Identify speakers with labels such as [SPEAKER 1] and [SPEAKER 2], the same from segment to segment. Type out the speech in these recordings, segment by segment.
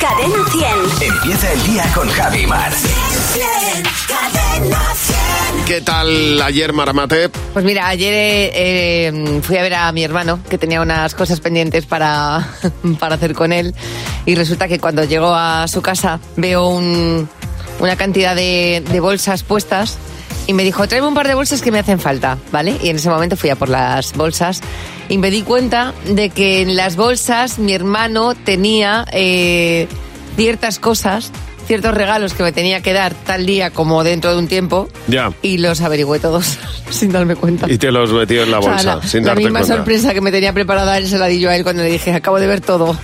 [SPEAKER 1] Cadena 100.
[SPEAKER 2] Empieza el día con Javi Mar.
[SPEAKER 1] Cadena 100.
[SPEAKER 3] ¿Qué tal ayer, Maramate?
[SPEAKER 4] Pues mira, ayer eh, eh, fui a ver a mi hermano que tenía unas cosas pendientes para, para hacer con él y resulta que cuando llego a su casa veo un- una cantidad de, de bolsas puestas y me dijo, tráeme un par de bolsas que me hacen falta, ¿vale? Y en ese momento fui a por las bolsas y me di cuenta de que en las bolsas mi hermano tenía eh, ciertas cosas ciertos regalos que me tenía que dar tal día como dentro de un tiempo
[SPEAKER 3] Ya.
[SPEAKER 4] y los averigüé todos sin darme cuenta.
[SPEAKER 3] Ah. Y te los metió en la
[SPEAKER 4] O sea,
[SPEAKER 3] bolsa,
[SPEAKER 4] la,
[SPEAKER 3] sin
[SPEAKER 4] la
[SPEAKER 3] darte
[SPEAKER 4] misma
[SPEAKER 3] cuenta.
[SPEAKER 4] sorpresa que me tenía preparada él se la di yo a él cuando le dije, acabo de ver todo.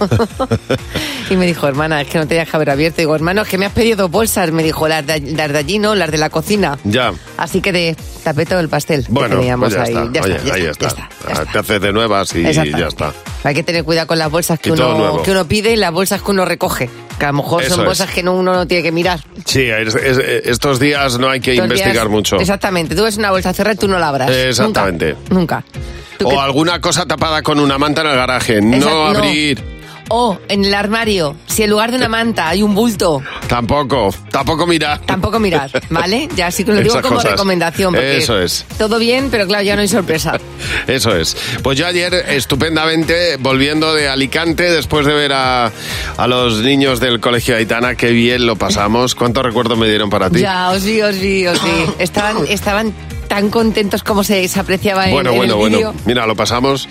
[SPEAKER 4] y me dijo, hermana, es que no tenías que haber abierto. Digo, hermano, es que me has pedido dos bolsas. Me dijo, las de, las de allí no, las de la cocina.
[SPEAKER 3] Ya.
[SPEAKER 4] Así que te tapé todo el pastel que
[SPEAKER 3] Bueno,
[SPEAKER 4] teníamos
[SPEAKER 3] pues ya
[SPEAKER 4] ahí.
[SPEAKER 3] está.
[SPEAKER 4] Ya
[SPEAKER 3] Oye,
[SPEAKER 4] está, ya
[SPEAKER 3] ahí
[SPEAKER 4] está,
[SPEAKER 3] está.
[SPEAKER 4] ya está, ya
[SPEAKER 3] Ah,
[SPEAKER 4] está.
[SPEAKER 3] Te haces de nuevas y
[SPEAKER 4] Exacto.
[SPEAKER 3] ya está.
[SPEAKER 4] Hay que tener cuidado con las bolsas que
[SPEAKER 3] Y todo
[SPEAKER 4] uno,
[SPEAKER 3] nuevo.
[SPEAKER 4] que uno pide y las bolsas que uno recoge. Que a lo mejor
[SPEAKER 3] Eso
[SPEAKER 4] son
[SPEAKER 3] es.
[SPEAKER 4] bolsas que no- uno no tiene que mirar.
[SPEAKER 3] Sí, es- es- estos días no hay que
[SPEAKER 4] Todo el día
[SPEAKER 3] investigar
[SPEAKER 4] es-
[SPEAKER 3] mucho.
[SPEAKER 4] Exactamente. Tú ves una bolsa cerrada y tú no la abras.
[SPEAKER 3] Exactamente.
[SPEAKER 4] Nunca. Nunca. Tú
[SPEAKER 3] O
[SPEAKER 4] que-
[SPEAKER 3] alguna cosa tapada con una manta en el garaje. No
[SPEAKER 4] Exacto,
[SPEAKER 3] abrir.
[SPEAKER 4] O en el armario, si en lugar de una manta hay un bulto,
[SPEAKER 3] Tampoco. Tampoco mirar.
[SPEAKER 4] tampoco mirar, ¿vale? Ya así que lo digo
[SPEAKER 3] Esas
[SPEAKER 4] como
[SPEAKER 3] cosas.
[SPEAKER 4] recomendación. porque
[SPEAKER 3] Eso es.
[SPEAKER 4] Todo bien, pero claro, ya no hay sorpresa.
[SPEAKER 3] Eso es. Pues yo ayer, estupendamente, volviendo de Alicante, después de ver a, a los niños del colegio Aitana, qué bien lo pasamos. ¿Cuántos recuerdos me dieron para ti?
[SPEAKER 4] Ya, os vi, os vi, os vi. Estaban, estaban tan contentos como se, se apreciaba en,
[SPEAKER 3] Bueno,
[SPEAKER 4] en
[SPEAKER 3] bueno,
[SPEAKER 4] el vídeo.
[SPEAKER 3] bueno. Mira, lo pasamos.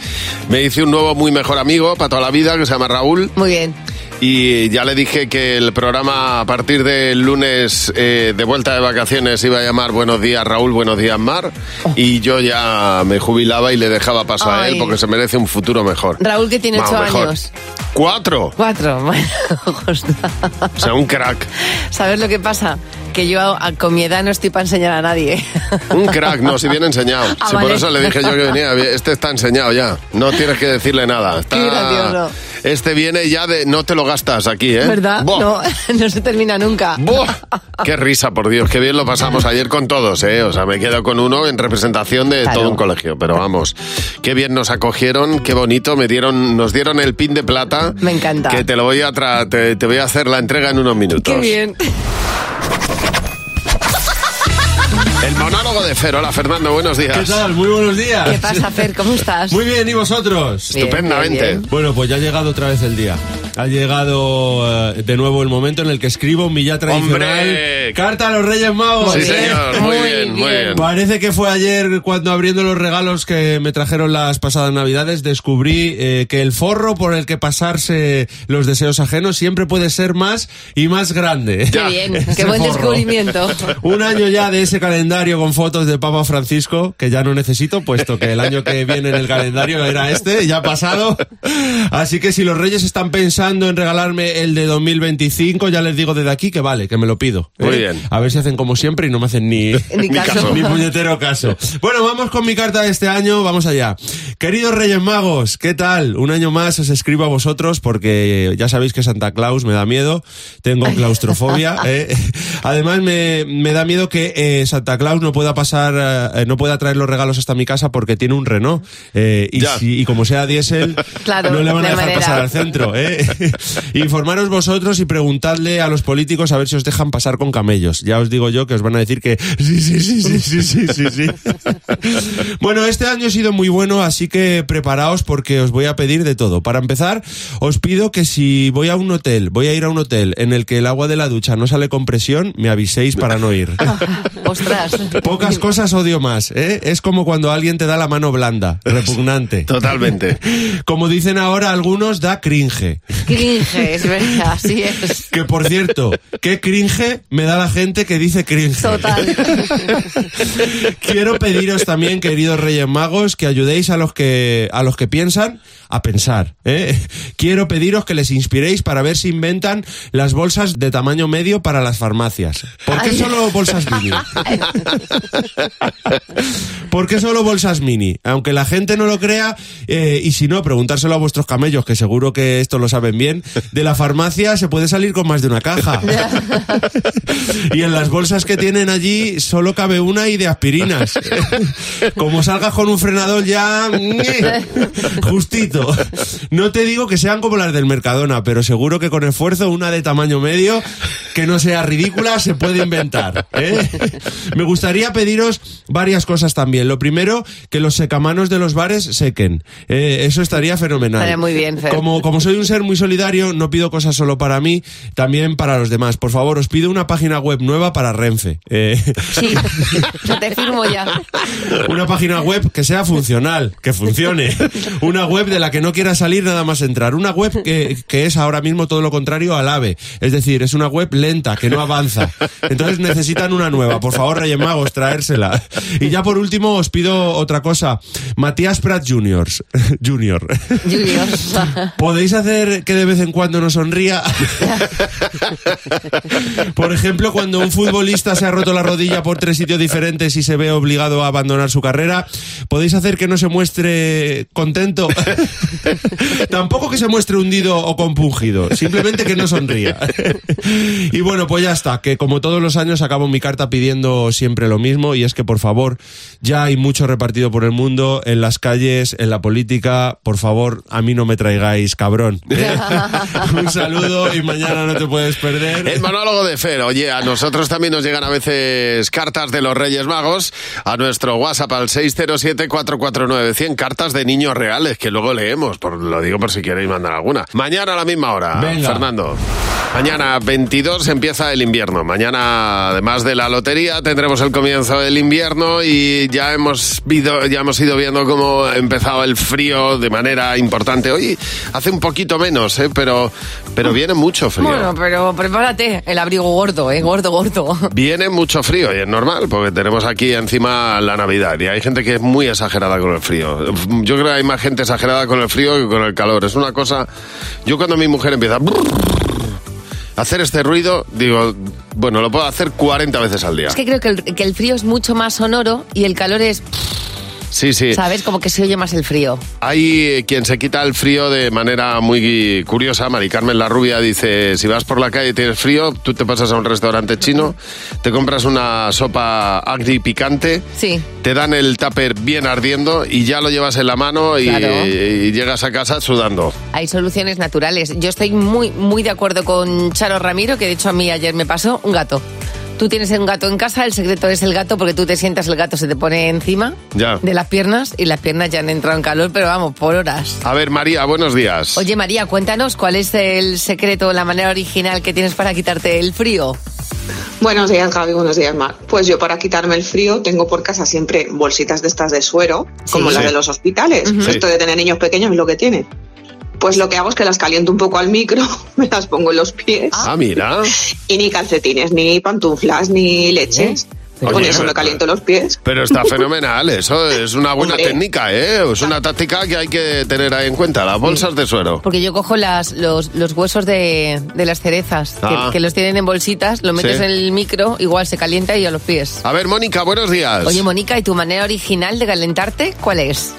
[SPEAKER 3] Me hice un nuevo muy mejor amigo para toda la vida que se llama Raúl.
[SPEAKER 4] Muy bien.
[SPEAKER 3] Y ya le dije que el programa a partir del lunes eh, de vuelta de vacaciones iba a llamar Buenos días Raúl, Buenos días Mar. Y yo ya me jubilaba y le dejaba paso a
[SPEAKER 4] Oh. Ay.
[SPEAKER 3] él porque se merece un futuro mejor.
[SPEAKER 4] Raúl, que tiene
[SPEAKER 3] Vamos,
[SPEAKER 4] ocho
[SPEAKER 3] mejor.
[SPEAKER 4] años.
[SPEAKER 3] Cuatro.
[SPEAKER 4] Cuatro. Bueno, justo.
[SPEAKER 3] O sea, un crack.
[SPEAKER 4] ¿Sabes lo que pasa? Que yo a- con mi edad no estoy para enseñar a nadie.
[SPEAKER 3] Un crack, no, si bien enseñado.
[SPEAKER 4] Ah,
[SPEAKER 3] si
[SPEAKER 4] vale.
[SPEAKER 3] por eso le dije yo que venía, este está enseñado ya. No tienes que decirle nada. Está-
[SPEAKER 4] Qué gracioso.
[SPEAKER 3] Este viene ya de. No te lo gastas aquí, ¿eh?
[SPEAKER 4] ¿Verdad?
[SPEAKER 3] Buah.
[SPEAKER 4] No, no se termina nunca.
[SPEAKER 3] ¡Buah! ¡Qué risa, por Dios! ¡Qué bien lo pasamos ayer con todos, eh! O sea, me quedo con uno en representación de
[SPEAKER 4] Claro.
[SPEAKER 3] todo un colegio, pero vamos. Qué bien nos acogieron, qué bonito, me dieron, nos dieron el pin de plata.
[SPEAKER 4] Me encanta.
[SPEAKER 3] Que te lo voy a tra- te, te voy a hacer la entrega en unos minutos.
[SPEAKER 4] Qué bien.
[SPEAKER 3] El monólogo de Fer. Hola, Fernando, buenos días.
[SPEAKER 5] ¿Qué tal? Muy buenos días.
[SPEAKER 4] ¿Qué pasa, Fer? ¿Cómo estás?
[SPEAKER 5] Muy bien, ¿y vosotros?
[SPEAKER 4] Bien,
[SPEAKER 3] Estupendamente.
[SPEAKER 4] bien, bien.
[SPEAKER 5] Bueno, pues ya ha llegado otra vez el día. Ha llegado eh, de nuevo el momento en el que escribo mi ya tradicional
[SPEAKER 3] ¡Hombre!
[SPEAKER 5] carta a los Reyes Magos.
[SPEAKER 3] Sí,
[SPEAKER 5] ¿eh?
[SPEAKER 3] señor, muy bien, muy bien.
[SPEAKER 5] Parece que fue ayer cuando abriendo los regalos que me trajeron las pasadas navidades descubrí eh, que el forro por el que pasarse los deseos ajenos siempre puede ser más y más grande.
[SPEAKER 4] Qué bien, qué buen
[SPEAKER 5] forro.
[SPEAKER 4] descubrimiento.
[SPEAKER 5] Un año ya de ese calendario con fotos de Papa Francisco, que ya no necesito, puesto que el año que viene en el calendario era este, ya ha pasado. Así que si los reyes están pensando en regalarme el de 2025, ya les digo desde aquí que vale, que me lo pido. Eh,
[SPEAKER 3] Muy bien.
[SPEAKER 5] A ver si hacen como siempre y no me hacen ni,
[SPEAKER 4] Ni caso. caso.
[SPEAKER 5] ni puñetero caso. Bueno, vamos con mi carta de este año, vamos allá. Queridos Reyes Magos, ¿qué tal? Un año más os escribo a vosotros porque ya sabéis que Santa Claus me da miedo, tengo claustrofobia. ¿eh? Además me, me da miedo que eh, Santa Claus no pueda pasar, eh, no pueda traer los regalos hasta mi casa porque tiene un Renault eh, y,
[SPEAKER 3] Ya.
[SPEAKER 5] si- y como sea diésel,
[SPEAKER 4] Claro,
[SPEAKER 5] no le van a
[SPEAKER 4] no hay
[SPEAKER 5] dejar
[SPEAKER 4] manera.
[SPEAKER 5] pasar al centro. ¿eh? Informaros vosotros y preguntadle a los políticos a ver si os dejan pasar con camellos. Ya os digo yo que os van a decir que sí, sí, sí, sí, sí, sí, sí. sí. bueno, este año ha sido muy bueno, así que preparaos porque os voy a pedir de todo. Para empezar, os pido que si voy a un hotel, voy a ir a un hotel en el que el agua de la ducha no sale con presión, me aviséis para no ir.
[SPEAKER 4] Ostras.
[SPEAKER 5] Pocas cosas odio más, ¿eh? Es como cuando alguien te da la mano blanda, repugnante.
[SPEAKER 3] Totalmente.
[SPEAKER 5] Como dicen ahora algunos, da cringe.
[SPEAKER 4] Cringe, es verdad, así es.
[SPEAKER 5] Que por cierto, qué cringe me da la gente que dice cringe.
[SPEAKER 4] Total.
[SPEAKER 5] Quiero pediros también, queridos Reyes Magos, que ayudéis a los que a los que piensan a pensar. ¿eh? Quiero pediros que les inspiréis para ver si inventan las bolsas de tamaño medio para las farmacias. ¿Por qué
[SPEAKER 4] Ay.
[SPEAKER 5] solo bolsas mini? ¿Por qué solo bolsas mini? Aunque la gente no lo crea, eh, y si no, preguntárselo a vuestros camellos, que seguro que esto lo saben saben bien, de la farmacia se puede salir con más de una caja. y en las bolsas que tienen allí solo cabe una y de aspirinas. Como salgas con un frenador ya... ¡ñe! Justito. No te digo que sean como las del Mercadona, pero seguro que con esfuerzo una de tamaño medio que no sea ridícula se puede inventar. ¿eh? Me gustaría pediros varias cosas también. Lo primero, que los secamanos de los bares sequen. Eh, eso estaría fenomenal.
[SPEAKER 4] Estaría muy bien, Fer.
[SPEAKER 5] Como, como soy un ser muy solidario, no pido cosas solo para mí, también para los demás. Por favor, os pido una página web nueva para Renfe. Eh,
[SPEAKER 4] Sí, yo te firmo ya.
[SPEAKER 5] una página web que sea funcional, que funcione. Una web de la que no quiera salir nada más entrar. Una web que, que es ahora mismo todo lo contrario al AVE. Es decir, es una web lenta, que no avanza. Entonces necesitan una nueva. Por favor, Reyes Magos, traérsela. Y ya por último os pido otra cosa. Matías Prat Juniors. Junior.
[SPEAKER 4] Junior.
[SPEAKER 5] ¿Podéis hacer que de vez en cuando no sonría? Por ejemplo, cuando un futbolista se ha roto la rodilla por tres sitios diferentes y se ve obligado a abandonar su carrera, ¿podéis hacer que no se muestre contento? Tampoco que se muestre hundido o compungido, simplemente que no sonría. y bueno, pues ya está, que como todos los años acabo mi carta pidiendo siempre lo mismo y es que por favor, ya hay mucho repartido por el mundo, en las calles, en la política, por favor, a mí no me traigáis cabrón. Un saludo y mañana no te puedes perder.
[SPEAKER 3] El monólogo de Fer, oye, a nosotros también nos llegan a veces cartas de los Reyes Magos a nuestro WhatsApp al 607-449-100, cartas de niños reales que luego leemos, por, lo digo por si queréis mandar alguna. Mañana a la misma hora,
[SPEAKER 5] Venga.
[SPEAKER 3] Fernando. Mañana 22 empieza el invierno. Mañana, además de la lotería, tendremos el comienzo del invierno y ya hemos, vido- ya hemos ido viendo cómo ha empezado el frío de manera importante. Hoy hace un poquito menos, ¿eh? pero, pero viene mucho frío.
[SPEAKER 4] Bueno, pero prepárate, el abrigo gordo, ¿eh? Gordo, gordo.
[SPEAKER 3] Viene mucho frío y es normal, porque tenemos aquí encima la Navidad y hay gente que es muy exagerada con el frío. Yo creo que hay más gente exagerada con el frío que con el calor. Es una cosa... Yo cuando mi mujer empieza a hacer este ruido, digo, bueno, lo puedo hacer 40 veces al día.
[SPEAKER 4] Es que creo que el, que el frío es mucho más sonoro y el calor es,
[SPEAKER 3] Sí, sí.
[SPEAKER 4] ¿sabes? Como que se oye más el frío.
[SPEAKER 3] Hay eh, quien se quita el frío de manera muy curiosa. Mari Carmen la Rubia dice, si vas por la calle y tienes frío, tú te pasas a un restaurante chino, te compras una sopa agri picante.
[SPEAKER 4] Sí.
[SPEAKER 3] Te dan el tupper bien ardiendo y ya lo llevas en la mano y,
[SPEAKER 4] Claro.
[SPEAKER 3] y llegas a casa sudando.
[SPEAKER 4] Hay soluciones naturales. Yo estoy muy, muy de acuerdo con Charo Ramiro, que de hecho a mí ayer me pasó un gato. Tú tienes un gato en casa, el secreto es el gato, porque tú te sientas, el gato se te pone encima
[SPEAKER 3] Ya.
[SPEAKER 4] de las piernas y las piernas ya han entrado en calor, pero vamos, por horas.
[SPEAKER 3] A ver, María, buenos días.
[SPEAKER 4] Oye María, cuéntanos cuál es el secreto, la manera original que tienes para quitarte el frío.
[SPEAKER 6] Buenos días, Gaby. Buenos días, Mar. Pues yo, para quitarme el frío, tengo por casa siempre bolsitas de estas de suero, como
[SPEAKER 4] Sí.
[SPEAKER 6] las
[SPEAKER 3] Sí.
[SPEAKER 6] de los hospitales.
[SPEAKER 3] Sí.
[SPEAKER 6] Esto de tener niños pequeños es lo que tiene. Pues lo que hago es que las caliento un poco al micro, me las pongo en los pies
[SPEAKER 3] Ah, mira.
[SPEAKER 6] y ni calcetines, ni pantuflas, ni leches.
[SPEAKER 3] Oye,
[SPEAKER 6] Con eso
[SPEAKER 3] pero-
[SPEAKER 6] me caliento los pies.
[SPEAKER 3] Pero está fenomenal, eso es una buena
[SPEAKER 6] Hombre.
[SPEAKER 3] técnica, ¿eh? Es una táctica que hay que tener ahí en cuenta, las bolsas de suero.
[SPEAKER 4] Porque yo cojo las, los, los huesos de, de las cerezas, que-
[SPEAKER 3] Ah.
[SPEAKER 4] que, los tienen en bolsitas, lo metes
[SPEAKER 3] Sí.
[SPEAKER 4] en el micro, igual se calienta y a los pies.
[SPEAKER 3] A ver, Mónica, buenos días.
[SPEAKER 4] Oye, Mónica, ¿y tu manera original de calentarte cuál es?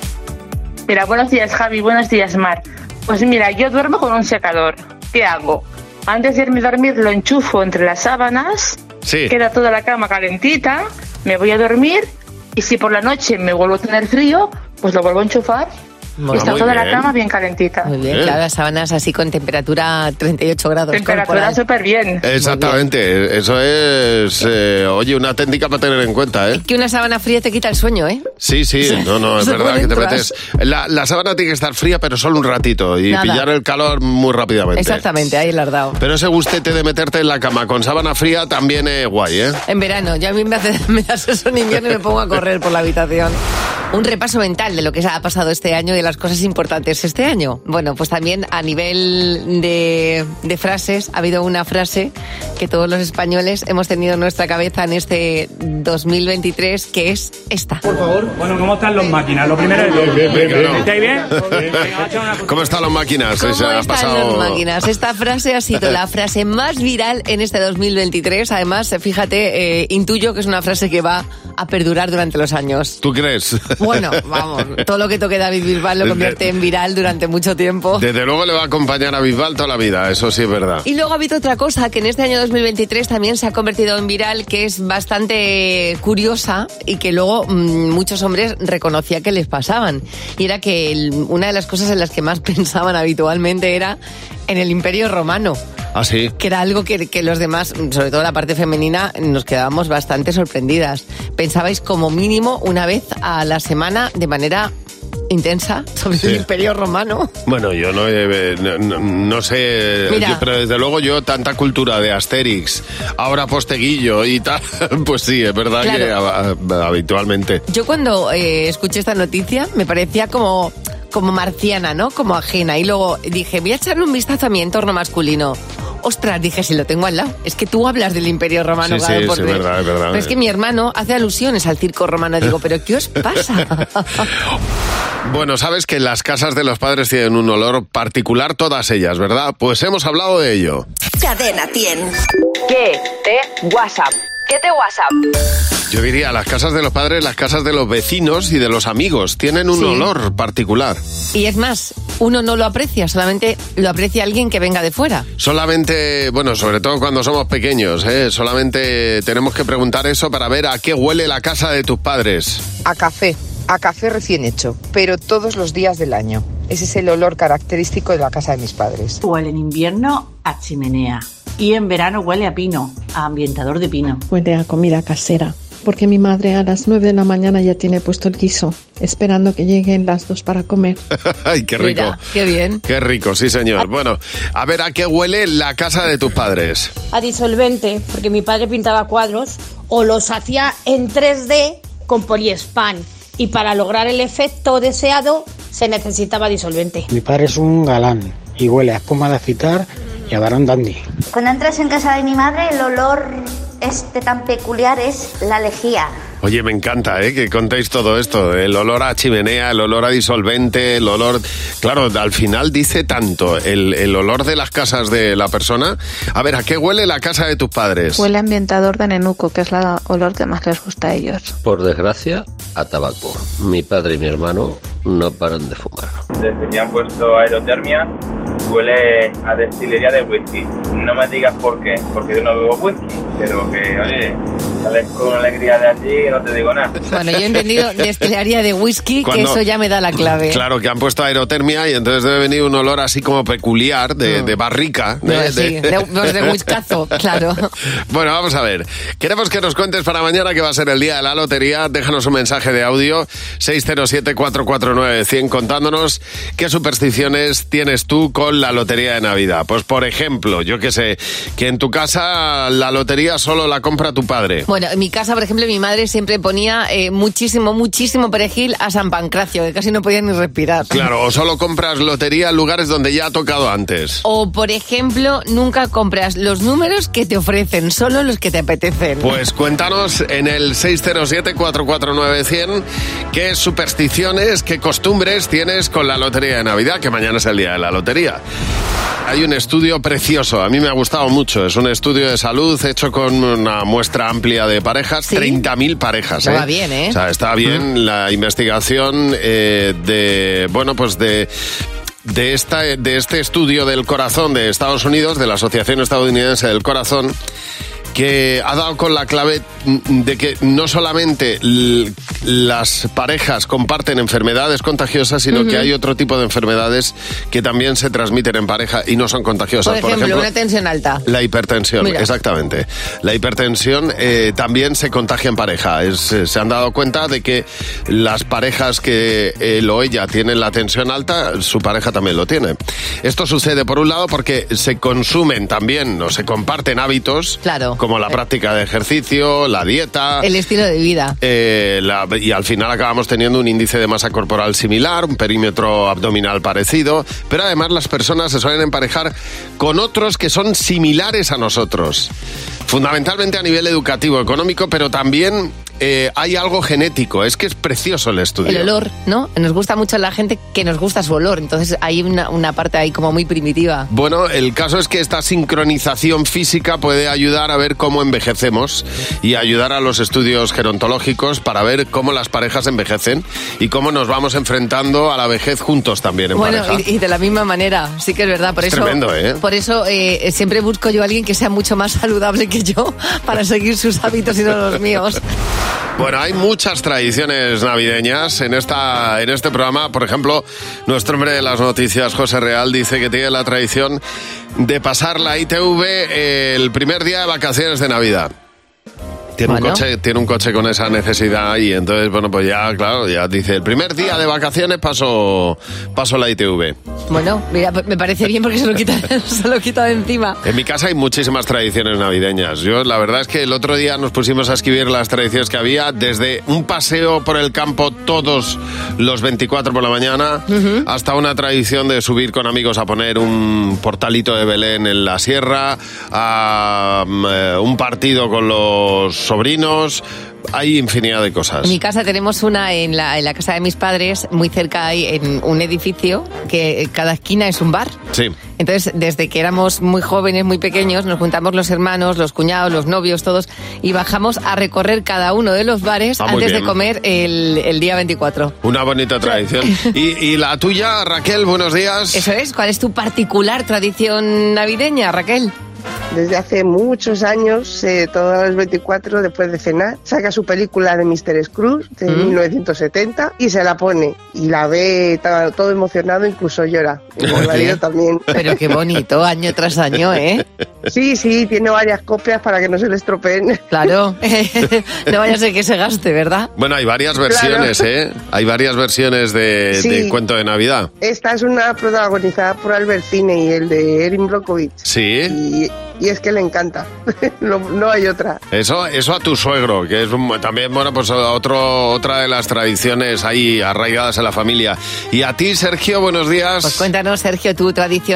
[SPEAKER 7] Mira, buenos días Javi, buenos días Mar. Pues mira, yo duermo con un secador. ¿Qué hago? Antes de irme a dormir lo enchufo entre las sábanas,
[SPEAKER 3] sí.
[SPEAKER 7] queda toda la cama calentita, me voy a dormir y si por la noche me vuelvo a tener frío, pues lo vuelvo a enchufar
[SPEAKER 3] Ah,
[SPEAKER 7] y está
[SPEAKER 3] muy
[SPEAKER 7] toda la
[SPEAKER 3] bien.
[SPEAKER 7] cama bien calentita.
[SPEAKER 4] Muy bien,
[SPEAKER 3] Bien.
[SPEAKER 4] claro, las sábanas así con temperatura 38 grados.
[SPEAKER 7] Temperatura
[SPEAKER 4] corporal.
[SPEAKER 7] súper bien.
[SPEAKER 3] Eh. Exactamente, eso es, eh, oye, una técnica para tener en cuenta, ¿eh?
[SPEAKER 4] Que una sábana fría te quita el sueño, ¿eh?
[SPEAKER 3] Sí, sí, no, no, es
[SPEAKER 4] Se
[SPEAKER 3] verdad
[SPEAKER 4] pone
[SPEAKER 3] que te metes.
[SPEAKER 4] atrás.
[SPEAKER 3] La, la sábana tiene que estar fría, pero solo un ratito y
[SPEAKER 4] Nada.
[SPEAKER 3] pillar el calor muy rápidamente.
[SPEAKER 4] Exactamente, ahí el ardao.
[SPEAKER 3] Pero ese gustete de meterte en la cama con sábana fría también es guay, ¿eh?
[SPEAKER 4] En verano, yo a mí me, hace, me das eso en invierno y me pongo a correr por la habitación. Un repaso mental de lo que ha pasado este año y de las cosas importantes este año. Bueno, pues también a nivel de, de frases, ha habido una frase que todos los españoles hemos tenido en nuestra cabeza en este 2023, que es esta.
[SPEAKER 8] Por favor. Bueno, ¿cómo están los máquinas? Lo primero es... ¿Estáis bien?
[SPEAKER 3] ¿Cómo están las máquinas? Pues Se
[SPEAKER 4] ¿Cómo
[SPEAKER 3] ha
[SPEAKER 4] están
[SPEAKER 3] pasado-
[SPEAKER 4] las máquinas? Esta frase ha sido la frase más viral en este 2023. Además, fíjate, eh, intuyo que es una frase que va a perdurar durante los años.
[SPEAKER 3] ¿Tú crees?
[SPEAKER 4] Bueno, vamos, todo lo que toque David Bilbao lo convierte en viral durante mucho tiempo.
[SPEAKER 3] Desde luego le va a acompañar a Bisbal toda la vida, eso sí es verdad.
[SPEAKER 4] Y luego ha habido otra cosa que en este año 2023 también se ha convertido en viral, que es bastante curiosa y que luego mm, muchos hombres reconocía que les pasaban. Y era que el- una de las cosas en las que más pensaban habitualmente era en el Imperio Romano,
[SPEAKER 3] Ah, sí.
[SPEAKER 4] que era algo que, que los demás, mm, sobre todo la parte femenina, nos quedábamos bastante sorprendidas. Pensabais como mínimo una vez a la semana de manera intensa sobre
[SPEAKER 3] Sí.
[SPEAKER 4] el Imperio Romano.
[SPEAKER 3] Bueno, yo no, eh, no- no- no sé,
[SPEAKER 4] Mira.
[SPEAKER 3] yo- pero desde luego yo tanta cultura de Asterix, ahora Posteguillo y tal, pues sí, es verdad que
[SPEAKER 4] Claro.
[SPEAKER 3] hab- habitualmente.
[SPEAKER 4] Yo cuando eh, escuché esta noticia me parecía como, como marciana, ¿no? Como ajena. Y luego dije, voy a echarle un vistazo a mi entorno masculino. Ostras, dije, si lo tengo al lado. Es que tú hablas del Imperio Romano.
[SPEAKER 3] Sí,
[SPEAKER 4] cada
[SPEAKER 3] sí,
[SPEAKER 4] por
[SPEAKER 3] sí,
[SPEAKER 4] tres.
[SPEAKER 3] verdad, es verdad.
[SPEAKER 4] Pero es que mi hermano hace alusiones al circo romano. Digo, ¿pero qué os pasa?
[SPEAKER 3] Bueno, sabes que las casas de los padres tienen un olor particular todas ellas, ¿verdad? Pues hemos hablado de ello.
[SPEAKER 1] Cadena 100.
[SPEAKER 9] ¿Qué te WhatsApp? ¿Qué te WhatsApp?
[SPEAKER 3] Yo diría, las casas de los padres, las casas de los vecinos y de los amigos tienen un
[SPEAKER 4] Sí.
[SPEAKER 3] olor particular.
[SPEAKER 4] y es más, uno no lo aprecia, solamente lo aprecia alguien que venga de fuera.
[SPEAKER 3] Solamente, bueno, sobre todo cuando somos pequeños, ¿eh? solamente tenemos que preguntar eso para ver a qué huele la casa de tus padres.
[SPEAKER 10] a café, a café recién hecho, pero todos los días del año. Ese es el olor característico de la casa de mis padres.
[SPEAKER 11] Huele en invierno a chimenea y en verano huele a pino, a ambientador de pino.
[SPEAKER 12] Huele a comida casera, porque mi madre a las 9 de la mañana ya tiene puesto el guiso, esperando que lleguen las dos para comer.
[SPEAKER 3] Ay, qué rico.
[SPEAKER 4] Mira, Ah. qué bien.
[SPEAKER 3] Qué rico, sí señor. Bueno, a ver a qué huele la casa de tus padres.
[SPEAKER 13] a disolvente, porque mi padre pintaba cuadros, o los hacía en 3D con poliespan. Y para lograr el efecto deseado se necesitaba disolvente.
[SPEAKER 14] Mi padre es un galán y huele a espuma de afitar y a varón dandy.
[SPEAKER 15] Cuando entras en casa de mi madre, el olor este tan peculiar es la lejía.
[SPEAKER 3] Oye, me encanta ¿eh? que contéis todo esto. El olor a chimenea, el olor a disolvente, el olor... Claro, al final dice tanto el, el olor de las casas de la persona. A ver, ¿a qué huele la casa de tus padres?
[SPEAKER 12] Huele a ambientador de nenuco, que es el olor que más les gusta a ellos.
[SPEAKER 16] Por desgracia, a tabaco. Mi padre y mi hermano no paran de fumar.
[SPEAKER 17] Desde que han puesto aerotermia, huele a destilería de whisky. No me digas por qué, porque yo no bebo whisky, pero que, oye, sales con alegría de allí y no te digo nada.
[SPEAKER 4] Bueno, yo he entendido destilaría de whisky,
[SPEAKER 3] Cuando-
[SPEAKER 4] que eso ya me da la clave.
[SPEAKER 3] Claro, que han puesto aerotermia y entonces debe venir un olor así como peculiar de, de barrica.
[SPEAKER 4] No,
[SPEAKER 3] de-
[SPEAKER 4] sí,
[SPEAKER 3] de-
[SPEAKER 4] de, los de whiskazo, claro.
[SPEAKER 3] Bueno, vamos a ver. Queremos que nos cuentes para mañana que va a ser el día de la lotería. Déjanos un mensaje de audio 607-449-100 contándonos qué supersticiones tienes tú con la lotería de Navidad. Pues por ejemplo, yo que sé, que en tu casa la lotería solo la compra tu padre.
[SPEAKER 4] Bueno, en mi casa, por ejemplo, mi madre siempre ponía eh, muchísimo, muchísimo perejil a San Pancracio, que casi no podía ni respirar.
[SPEAKER 3] Claro, o solo compras lotería en lugares donde ya ha tocado antes.
[SPEAKER 4] O, por ejemplo, nunca compras los números que te ofrecen, solo los que te apetecen.
[SPEAKER 3] Pues cuéntanos en el 607-449-100 qué supersticiones, qué costumbres tienes con la lotería de Navidad, que mañana es el día de la lotería. Hay un estudio precioso, a mí me ha gustado mucho. Es un estudio de salud hecho con una muestra amplia de parejas, 30.000 parejas.
[SPEAKER 4] Estaba bien, ¿eh?
[SPEAKER 3] O sea, está bien la investigación eh, de, bueno, pues de... De, esta, de este estudio del corazón de Estados Unidos, de la Asociación Estadounidense del Corazón, que ha dado con la clave de que no solamente l- las parejas comparten enfermedades contagiosas, sino
[SPEAKER 4] Ujú.
[SPEAKER 3] que hay otro tipo de enfermedades que también se transmiten en pareja y no son
[SPEAKER 4] por,
[SPEAKER 3] contagiosas.
[SPEAKER 4] ejemplo, una tensión alta.
[SPEAKER 3] La hipertensión,
[SPEAKER 4] Mira.
[SPEAKER 3] exactamente. La hipertensión eh, también se contagia en pareja. Es, eh, se han dado cuenta de que las parejas que él o ella tienen la tensión alta, su pareja también lo tiene. Esto sucede por un lado porque se consumen también o se comparten hábitos
[SPEAKER 4] Claro.
[SPEAKER 3] como la práctica de ejercicio, la dieta.
[SPEAKER 4] El estilo de vida.
[SPEAKER 3] Eh, la- y al final acabamos teniendo un índice de masa corporal similar, un perímetro abdominal parecido, pero además las personas se suelen emparejar con otros que son similares a nosotros, fundamentalmente a nivel educativo, económico, pero también eh, hay algo genético, es que es precioso el estudio.
[SPEAKER 4] El olor, ¿no? Nos gusta mucho la gente que nos gusta su olor, entonces hay una, una parte ahí como muy primitiva.
[SPEAKER 3] Bueno, el caso es que esta sincronización física puede ayudar a ver cómo envejecemos y ayudar a los estudios gerontológicos para ver cómo las parejas envejecen y cómo nos vamos enfrentando a la vejez juntos también en
[SPEAKER 4] Bueno,
[SPEAKER 3] pareja.
[SPEAKER 4] y, y de la misma manera, sí que es verdad. Por
[SPEAKER 3] Es
[SPEAKER 4] eso,
[SPEAKER 3] tremendo, ¿eh?
[SPEAKER 4] Por eso eh, siempre busco yo a alguien que sea mucho más saludable que yo para seguir sus hábitos y no los míos.
[SPEAKER 3] Bueno, hay muchas tradiciones navideñas en, esta, en este programa. Por ejemplo, nuestro hombre de las noticias, José Real, dice que tiene la tradición de pasar la ITV el primer día de vacaciones de Navidad. Tiene, un
[SPEAKER 18] Bueno.
[SPEAKER 3] coche, tiene un coche con esa necesidad y entonces, bueno, pues ya, claro, ya dice, el primer día de vacaciones paso, paso la ITV.
[SPEAKER 4] Bueno, mira, pues me parece bien porque se lo quita, se lo quita de encima.
[SPEAKER 3] En mi casa hay muchísimas tradiciones navideñas. Yo, la verdad es que el otro día nos pusimos a escribir las tradiciones que había, desde un paseo por el campo todos los 24 por la mañana, hasta una tradición de subir con amigos a poner un portalito de Belén en la sierra, a mm, eh, un partido con los sobrinos. Hay infinidad de cosas.
[SPEAKER 4] En mi casa tenemos una en la, en la casa de mis padres, muy cerca hay en un edificio que cada esquina es un bar.
[SPEAKER 3] Sí.
[SPEAKER 4] Entonces, desde que éramos muy jóvenes, muy pequeños, nos juntamos los hermanos, los cuñados, los novios, todos, y bajamos a recorrer cada uno de los bares
[SPEAKER 3] Ah, muy
[SPEAKER 4] antes de
[SPEAKER 3] bien.
[SPEAKER 4] comer el, el día 24.
[SPEAKER 3] Una bonita tradición. Y, y la tuya, Raquel, buenos días.
[SPEAKER 4] Eso es, ¿cuál es tu particular tradición navideña, Raquel?
[SPEAKER 19] Desde hace muchos años, eh, todos los 24, después de cenar, saca su película de Mr. Scrooge de
[SPEAKER 4] Mm.
[SPEAKER 19] 1970 y se la pone. Y la ve ta- todo emocionado, incluso llora. Y mi marido también.
[SPEAKER 4] Pero qué bonito, año tras año, ¿eh?
[SPEAKER 19] Sí, sí, tiene varias copias para que no se le estropeen.
[SPEAKER 4] Claro. No vaya a ser que se gaste, ¿verdad?
[SPEAKER 3] Bueno, hay varias
[SPEAKER 19] Claro.
[SPEAKER 3] versiones, ¿eh? Hay varias versiones de,
[SPEAKER 19] Sí.
[SPEAKER 3] de cuento de Navidad.
[SPEAKER 19] Esta es una protagonizada por Albert Finney, y el de Erin Brockovich.
[SPEAKER 3] Sí.
[SPEAKER 19] Y, y es que le encanta. no, no hay otra.
[SPEAKER 3] Eso, eso a tu suegro, que es un- también, bueno, pues otro, otra de las tradiciones ahí arraigadas en la familia. Y a ti, Sergio, buenos días.
[SPEAKER 4] Pues cuéntanos, Sergio, tu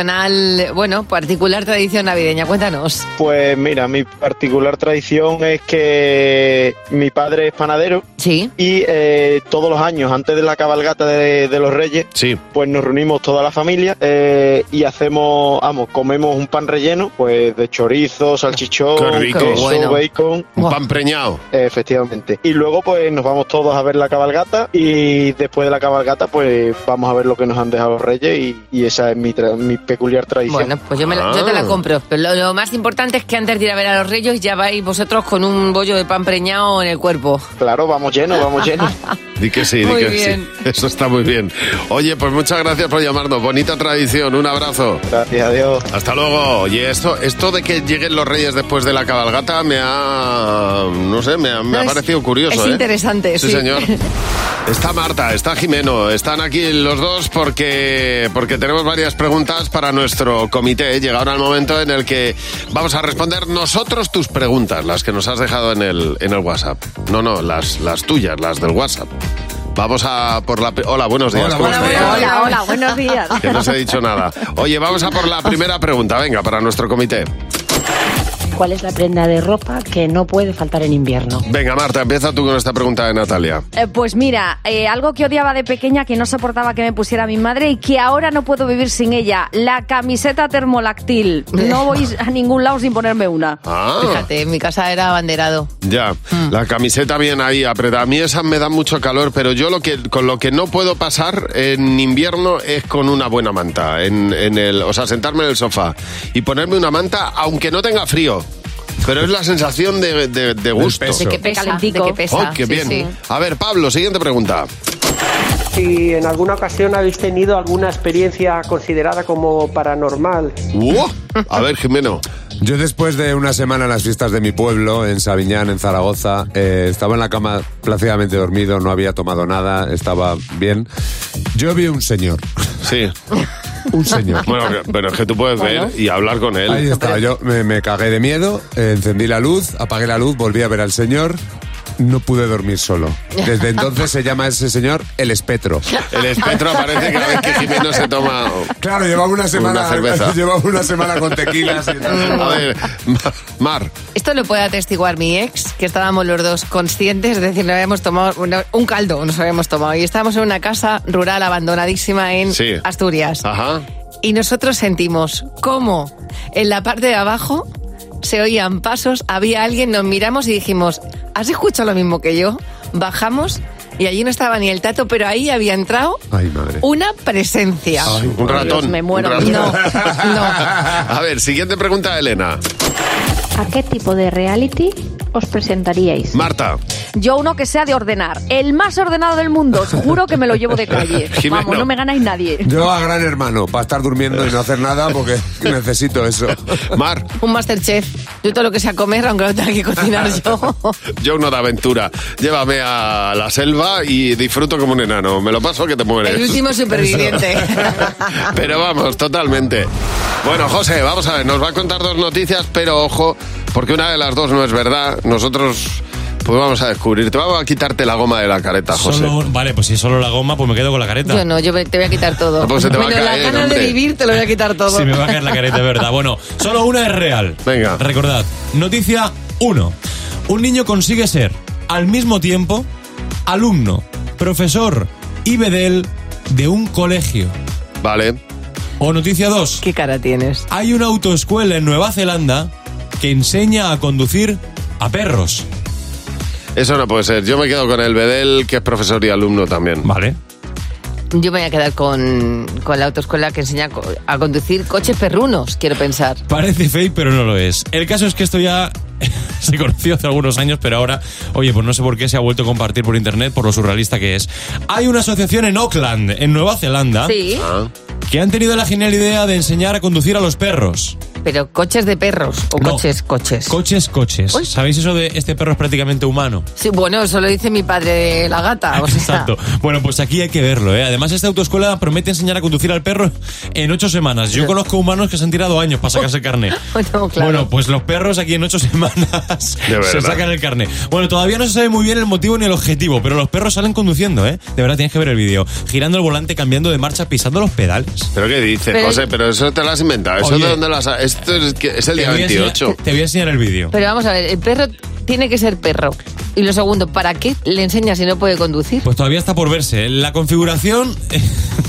[SPEAKER 4] tradicional, bueno, particular tradición navideña, cuéntanos.
[SPEAKER 20] Pues mira, mi particular tradición es que mi padre es panadero.
[SPEAKER 4] Sí.
[SPEAKER 20] Y eh, todos los años, antes de la cabalgata de, de los Reyes, pues nos reunimos toda la familia eh, y hacemos, vamos, comemos un pan relleno, pues de chorizo, salchichón,
[SPEAKER 3] Qué rico. Qué
[SPEAKER 20] queso,
[SPEAKER 3] bueno.
[SPEAKER 20] bacon.
[SPEAKER 3] Un pan preñado.
[SPEAKER 20] Efectivamente. Y luego pues nos vamos todos a ver la cabalgata y después de la cabalgata pues vamos a ver lo que nos han dejado los reyes y, y esa es mi, tra- mi peculiar tradición.
[SPEAKER 4] Bueno, pues yo, me la- yo te
[SPEAKER 3] Ah.
[SPEAKER 4] la compro. Pero lo, lo más importante es que antes de ir a ver a los reyes ya vais vosotros con un bollo de pan preñado en el cuerpo.
[SPEAKER 20] Claro, vamos llenos, vamos llenos.
[SPEAKER 3] Di que sí, di
[SPEAKER 4] Muy
[SPEAKER 3] que
[SPEAKER 4] bien.
[SPEAKER 3] sí. Eso está muy bien. Oye, pues muchas gracias por llamarnos. Bonita tradición. Un abrazo.
[SPEAKER 20] Gracias, adiós.
[SPEAKER 3] Hasta luego. Oye, esto, esto de que lleguen los reyes después de la cabalgata me ha. No sé, me ha, me
[SPEAKER 4] No,
[SPEAKER 3] ha
[SPEAKER 4] es-
[SPEAKER 3] parecido curioso.
[SPEAKER 4] es
[SPEAKER 3] ¿eh?
[SPEAKER 4] interesante,
[SPEAKER 3] Sí,
[SPEAKER 4] sí.
[SPEAKER 3] señor. Está Marta, está Jimeno, están aquí los dos porque, porque tenemos varias preguntas para nuestro comité. Llegará el momento en el que vamos a responder nosotros tus preguntas, las que nos has dejado en el, en el WhatsApp. No, no, las, las tuyas, las del WhatsApp. Vamos a por la... pri- Hola, buenos días. ¿cómo estáis?
[SPEAKER 21] Hola, hola, buenos días.
[SPEAKER 3] Que no os he dicho nada. Oye, vamos a por la primera pregunta, venga, para nuestro comité.
[SPEAKER 22] ¿Cuál es la prenda de ropa que no puede faltar en invierno?
[SPEAKER 3] Venga, Marta, empieza tú con esta pregunta de Natalia.
[SPEAKER 23] Eh, pues mira, eh, algo que odiaba de pequeña, que no soportaba que me pusiera mi madre y que ahora no puedo vivir sin ella, la camiseta termolactil. No voy a ningún lado sin ponerme una.
[SPEAKER 3] Ah.
[SPEAKER 4] Fíjate, en mi casa era abanderado.
[SPEAKER 3] Ya,
[SPEAKER 22] Mm.
[SPEAKER 3] la camiseta bien ahí apretada. A mí esas me dan mucho calor, pero yo lo que con lo que no puedo pasar en invierno es con una buena manta, en, en el, o sea, sentarme en el sofá y ponerme una manta, aunque no tenga frío. Pero es la sensación de, de, de gusto.
[SPEAKER 4] De que pesa,
[SPEAKER 23] Calentico.
[SPEAKER 4] de que pesa.
[SPEAKER 3] Oh, qué
[SPEAKER 4] sí,
[SPEAKER 3] bien.
[SPEAKER 4] sí.
[SPEAKER 3] A ver, Pablo, siguiente pregunta.
[SPEAKER 24] Si en alguna ocasión habéis tenido alguna experiencia considerada como paranormal.
[SPEAKER 3] A ver, Jimeno.
[SPEAKER 25] Yo después de una semana en las fiestas de mi pueblo, en Sabiñán, en Zaragoza, eh, estaba en la cama plácidamente dormido, no había tomado nada, estaba bien. Yo vi un señor.
[SPEAKER 3] Sí.
[SPEAKER 25] un señor.
[SPEAKER 3] Bueno, que- pero es que tú puedes ver y hablar con él.
[SPEAKER 25] Ahí estaba yo, me, me cagué de miedo, eh, encendí la luz, apagué la luz, volví a ver al señor. No pude dormir solo. Desde entonces se llama ese señor el espectro.
[SPEAKER 3] El espectro aparece cada vez que Jimeno se toma.
[SPEAKER 25] Claro, llevaba una semana,
[SPEAKER 3] Una cerveza.
[SPEAKER 25] llevaba una semana con tequilas. Y
[SPEAKER 3] A ver, Ma- Mar.
[SPEAKER 4] Esto lo puede atestiguar mi ex, que estábamos los dos conscientes, es decir, no habíamos tomado una- un caldo, nos habíamos tomado. Y estábamos en una casa rural abandonadísima en
[SPEAKER 3] Sí.
[SPEAKER 4] Asturias.
[SPEAKER 3] Ajá.
[SPEAKER 4] Y nosotros sentimos cómo en la parte de abajo se oían pasos, había alguien, nos miramos y dijimos, ¿has escuchado lo mismo que yo? Bajamos y allí no estaba ni el tato, pero ahí había entrado
[SPEAKER 25] Ay, madre.
[SPEAKER 4] una presencia.
[SPEAKER 3] Ay, un ratón.
[SPEAKER 4] me muero.
[SPEAKER 3] un ratón.
[SPEAKER 4] No.
[SPEAKER 3] A ver, siguiente pregunta, Elena.
[SPEAKER 22] ¿A qué tipo de reality os presentaríais?
[SPEAKER 3] Marta.
[SPEAKER 22] Yo uno que sea de ordenar. El más ordenado del mundo. Os juro que me lo llevo de calle.
[SPEAKER 25] Jimeno.
[SPEAKER 22] Vamos, no me ganáis nadie.
[SPEAKER 25] Yo a gran hermano, para estar durmiendo y no hacer nada porque necesito eso.
[SPEAKER 3] Mar,
[SPEAKER 4] Un masterchef. Yo todo lo que sea comer, aunque lo tenga que cocinar yo.
[SPEAKER 3] yo no de aventura. Llévame a la selva y disfruto como un enano. Me lo paso que te mueres.
[SPEAKER 4] El último superviviente.
[SPEAKER 3] Pero vamos, totalmente. Bueno, José, vamos a ver, nos va a contar dos noticias, pero ojo, porque una de las dos no es verdad. Nosotros, pues vamos a descubrir. Te vamos a quitarte la goma de la careta, José.
[SPEAKER 2] Solo- vale, pues si es solo la goma, pues me quedo con la careta.
[SPEAKER 4] Yo no, yo me- te voy a quitar todo.
[SPEAKER 2] Pues se te va a
[SPEAKER 4] Menos
[SPEAKER 2] caer,
[SPEAKER 4] las ganas
[SPEAKER 2] hombre.
[SPEAKER 4] de vivir te lo voy a quitar todo.
[SPEAKER 2] Sí, me va a caer la careta, es verdad. Bueno, solo una es real. Venga. Recordad, noticia 1. Un niño consigue ser, al mismo tiempo, alumno, profesor y bedel de un colegio.
[SPEAKER 3] Vale.
[SPEAKER 2] O noticia 2.
[SPEAKER 4] ¿Qué cara tienes?
[SPEAKER 2] Hay una autoescuela en Nueva Zelanda que enseña a conducir a perros.
[SPEAKER 3] Eso no puede ser. Yo me quedo con el Bedel, que es profesor y alumno también.
[SPEAKER 2] Vale.
[SPEAKER 4] Yo me voy a quedar con, con la autoescuela que enseña co- a conducir coches perrunos, quiero pensar.
[SPEAKER 2] Parece fake, pero no lo es. El caso es que esto ya se conoció hace algunos años, pero ahora, oye, pues no sé por qué se ha vuelto a compartir por internet por lo surrealista que es. Hay una asociación en Auckland, en Nueva Zelanda,
[SPEAKER 4] Sí. Ah.
[SPEAKER 2] que han tenido la genial idea de enseñar a conducir a los perros.
[SPEAKER 4] Pero coches de perros o
[SPEAKER 2] No.
[SPEAKER 4] coches, coches.
[SPEAKER 2] Coches, coches.
[SPEAKER 4] Uy.
[SPEAKER 2] ¿Sabéis eso de este perro es prácticamente humano?
[SPEAKER 4] Sí, bueno, eso lo dice mi padre de la gata. O sea,
[SPEAKER 2] Exacto. Bueno, pues aquí hay que verlo, ¿eh? Además, esta autoescuela promete enseñar a conducir al perro en ocho semanas. Yo conozco humanos que se han tirado años para sacarse el carnet.
[SPEAKER 4] Bueno, claro.
[SPEAKER 2] Bueno, pues los perros aquí en ocho semanas
[SPEAKER 3] De verdad.
[SPEAKER 2] se sacan el carnet. Bueno, todavía no se sabe muy bien el motivo ni el objetivo, pero los perros salen conduciendo, ¿eh? De verdad tienes que ver el vídeo. Girando el volante, cambiando de marcha, pisando los pedales.
[SPEAKER 3] ¿Pero qué dices,
[SPEAKER 4] Pero-
[SPEAKER 3] José? Pero eso te lo has inventado. ¿Eso
[SPEAKER 2] Oye. este-
[SPEAKER 3] de dónde lo has... Esto es, que- es el
[SPEAKER 2] Te
[SPEAKER 3] día
[SPEAKER 2] voy a enseñar-
[SPEAKER 3] 28.
[SPEAKER 2] Te voy a enseñar el vídeo.
[SPEAKER 4] Pero vamos a ver, el perro tiene que ser perro. Y lo segundo, ¿para qué le enseña si no puede conducir?
[SPEAKER 2] Pues todavía está por verse. La configuración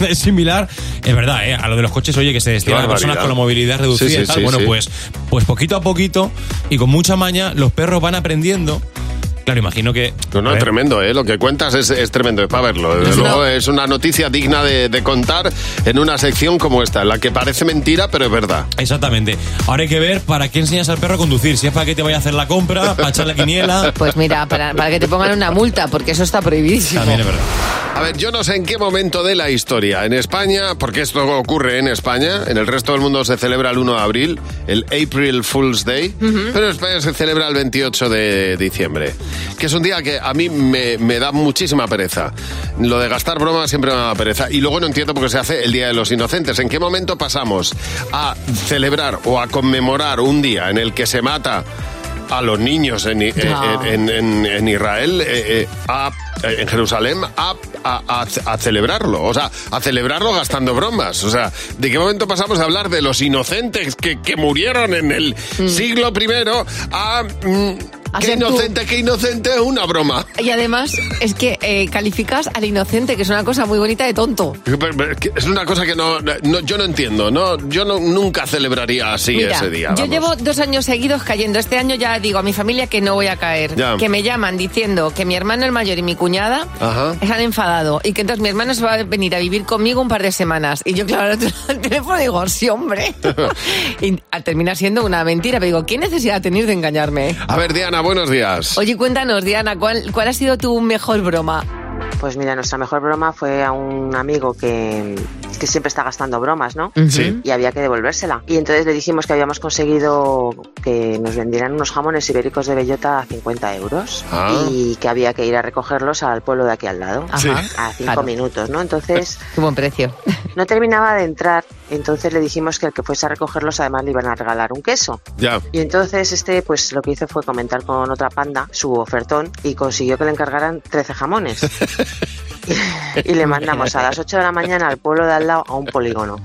[SPEAKER 2] es similar, es verdad, ¿eh? a lo de los coches, oye, que se destinan a
[SPEAKER 3] barbaridad.
[SPEAKER 2] personas con la movilidad reducida
[SPEAKER 3] Sí, sí,
[SPEAKER 2] y tal.
[SPEAKER 3] sí,
[SPEAKER 2] bueno,
[SPEAKER 3] sí.
[SPEAKER 2] pues, pues poquito a poquito y con mucha maña, los perros van aprendiendo. Claro, imagino que.
[SPEAKER 3] No, no,
[SPEAKER 2] a
[SPEAKER 3] es
[SPEAKER 2] ver,
[SPEAKER 3] tremendo, ¿eh? Lo que cuentas es, es tremendo, es para verlo. Desde luego es una noticia digna de, de contar en una sección como esta, en la que parece mentira, pero es verdad.
[SPEAKER 2] Exactamente. Ahora hay que ver para qué enseñas al perro a conducir. Si es para que te vaya a hacer la compra, para echar la quiniela.
[SPEAKER 4] Pues mira, para, para que te pongan una multa, porque eso está prohibidísimo.
[SPEAKER 2] También es verdad.
[SPEAKER 3] A ver, yo no sé en qué momento de la historia. En España, porque esto ocurre en España, en el resto del mundo se celebra el 1 de abril, el April Fool's Day, pero en España se celebra el 28 de diciembre, que es un día que a mí me, me da muchísima pereza. Lo de gastar bromas siempre me da pereza. Y luego no entiendo por qué se hace el Día de los Inocentes. ¿En qué momento pasamos a celebrar o a conmemorar un día en el que se mata a los niños en, en-
[SPEAKER 5] No.
[SPEAKER 3] en- en- en Israel, eh, eh, a- eh, en Jerusalén, a, a- a- a celebrarlo. O sea, a celebrarlo gastando bromas. O sea, ¿de qué momento pasamos a hablar de los inocentes que, que murieron en el siglo I a... mm,
[SPEAKER 4] Mm. A
[SPEAKER 3] qué
[SPEAKER 4] ser tú.
[SPEAKER 3] inocente, qué inocente, es una broma.
[SPEAKER 4] Y además es que eh, calificas al inocente, que es una cosa muy bonita de tonto.
[SPEAKER 3] Pero- pero Es una cosa que no, no- yo no entiendo. No, yo no, nunca celebraría así
[SPEAKER 4] Mira,
[SPEAKER 3] ese día.
[SPEAKER 4] yo
[SPEAKER 3] vamos.
[SPEAKER 4] llevo dos años seguidos cayendo. Este año ya digo a mi familia que no voy a caer.
[SPEAKER 3] Ya.
[SPEAKER 4] Que me llaman diciendo que mi hermano el mayor y mi cuñada
[SPEAKER 3] Ajá.
[SPEAKER 4] se han enfadado y que entonces mi hermano se va a venir a vivir conmigo un par de semanas. Y yo, claro, al otro lado del teléfono digo, sí, hombre. y a- termina siendo una mentira. Pero digo, ¿qué necesidad tenéis de engañarme?
[SPEAKER 3] A ver, Diana, buenos días.
[SPEAKER 4] Oye, cuéntanos, Diana, ¿cuál, cuál ha sido tu mejor broma?
[SPEAKER 6] Pues mira, nuestra mejor broma fue a un amigo que, que siempre está gastando bromas, ¿no?
[SPEAKER 4] Ujú. Sí.
[SPEAKER 6] Y había que devolvérsela. Y entonces le dijimos que habíamos conseguido que nos vendieran unos jamones ibéricos de bellota a 50 euros
[SPEAKER 5] Ah.
[SPEAKER 6] y que había que ir a recogerlos al pueblo de aquí al lado
[SPEAKER 5] Ajá. Sí.
[SPEAKER 6] a 5
[SPEAKER 4] Claro.
[SPEAKER 6] minutos, ¿no? Entonces
[SPEAKER 4] Qué buen precio.
[SPEAKER 6] no terminaba de entrar Entonces le dijimos que el que fuese a recogerlos además le iban a regalar un queso.
[SPEAKER 3] Ya.
[SPEAKER 6] Y entonces este pues lo que hizo fue comentar con otra panda su ofertón y consiguió que le encargaran 13 jamones. y le mandamos a las 8 de la mañana al pueblo de al lado a un polígono.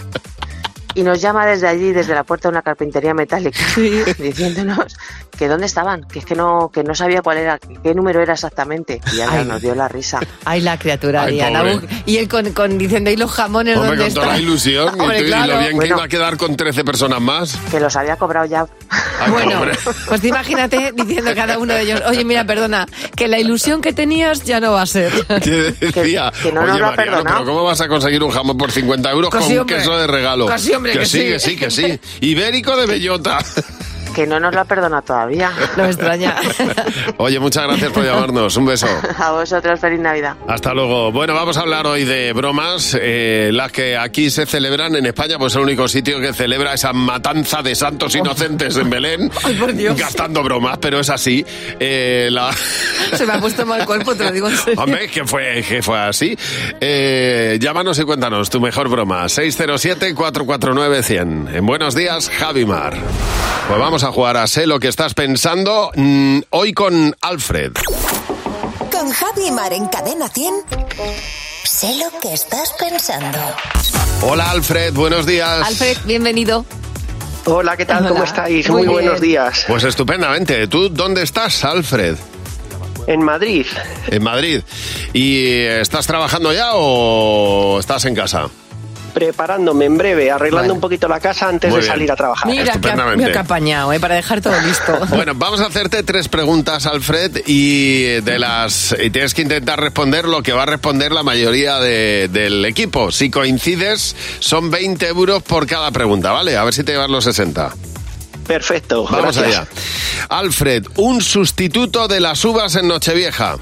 [SPEAKER 6] Y nos llama desde allí, desde la puerta de una carpintería metálica, diciéndonos que dónde estaban, que es que no, que no sabía cuál era, qué número era exactamente. Y ahora
[SPEAKER 4] Ay.
[SPEAKER 6] nos dio la risa.
[SPEAKER 4] Ay, la criatura,
[SPEAKER 6] Ay,
[SPEAKER 4] Diana.
[SPEAKER 3] pobre.
[SPEAKER 4] Uy, Y él con, con- diciendo, ¿y los jamones
[SPEAKER 3] Hombre,
[SPEAKER 4] dónde
[SPEAKER 3] con toda
[SPEAKER 4] están?
[SPEAKER 3] la ilusión y
[SPEAKER 4] Hombre,
[SPEAKER 3] tú- y,
[SPEAKER 4] claro.
[SPEAKER 3] lo bien
[SPEAKER 4] Bueno,
[SPEAKER 3] que iba a quedar con 13 personas más.
[SPEAKER 6] Que los había cobrado ya.
[SPEAKER 3] Ay, pobre.
[SPEAKER 4] Pues te imagínate diciendo cada uno de ellos, oye, mira, perdona, que la ilusión que tenías ya no va a ser.
[SPEAKER 3] Te decía,
[SPEAKER 4] no nos
[SPEAKER 3] oye
[SPEAKER 4] lo ha
[SPEAKER 3] Mariano,
[SPEAKER 4] perdonado".
[SPEAKER 3] pero ¿cómo vas a conseguir un jamón por 50 euros
[SPEAKER 6] Que sí,
[SPEAKER 3] con
[SPEAKER 6] hombre.
[SPEAKER 3] queso de regalo?
[SPEAKER 6] Que sí, hombre, que
[SPEAKER 3] sí,
[SPEAKER 6] sí.
[SPEAKER 3] que sí, que sí. Ibérico de bellota.
[SPEAKER 6] Que no nos lo ha perdonado todavía.
[SPEAKER 4] No me extraña.
[SPEAKER 3] Oye, muchas gracias por llamarnos. Un beso.
[SPEAKER 6] A vosotros, feliz Navidad.
[SPEAKER 3] Hasta luego. Bueno, vamos a hablar hoy de bromas, eh, las que aquí se celebran en España, pues el único sitio que celebra esa matanza de santos
[SPEAKER 4] Oh.
[SPEAKER 3] inocentes en Belén, gastando bromas, pero es así. Eh, la...
[SPEAKER 4] Se me ha puesto mal cuerpo, te lo digo en serio.
[SPEAKER 3] Hombre, que fue, que fue así. Eh, llámanos y cuéntanos tu mejor broma. 607-449-100. En buenos días, Javimar. Pues vamos a jugar a Sé lo que estás pensando mm, hoy con Alfred.
[SPEAKER 1] Con Javi y Mar en Cadena 100. Sé lo que estás pensando.
[SPEAKER 3] Hola, Alfred, buenos días.
[SPEAKER 4] Alfred, bienvenido.
[SPEAKER 5] Hola, ¿qué tal? ¿Cómo estáis?
[SPEAKER 4] Muy
[SPEAKER 5] Muy,
[SPEAKER 4] bien.
[SPEAKER 5] buenos días.
[SPEAKER 3] Pues estupendamente. ¿Tú dónde estás, Alfred?
[SPEAKER 5] En Madrid.
[SPEAKER 3] En Madrid. ¿Y eh, estás trabajando ya o estás en casa?
[SPEAKER 5] Preparándome en breve, arreglando un poquito la casa antes
[SPEAKER 3] Muy
[SPEAKER 5] de
[SPEAKER 3] bien.
[SPEAKER 5] salir a trabajar.
[SPEAKER 4] Mira, que,
[SPEAKER 3] Estupendamente.
[SPEAKER 4] mira que apañado, ¿eh? para dejar todo listo.
[SPEAKER 3] Bueno, vamos a hacerte tres preguntas, Alfred, y de las y tienes que intentar responder lo que va a responder la mayoría de- del equipo. Si coincides, son 20 euros por cada pregunta, ¿vale? A ver si te llevas los 60.
[SPEAKER 5] Perfecto.
[SPEAKER 3] Vamos
[SPEAKER 5] gracias.
[SPEAKER 3] allá. Alfred, un sustituto de las uvas en Nochevieja.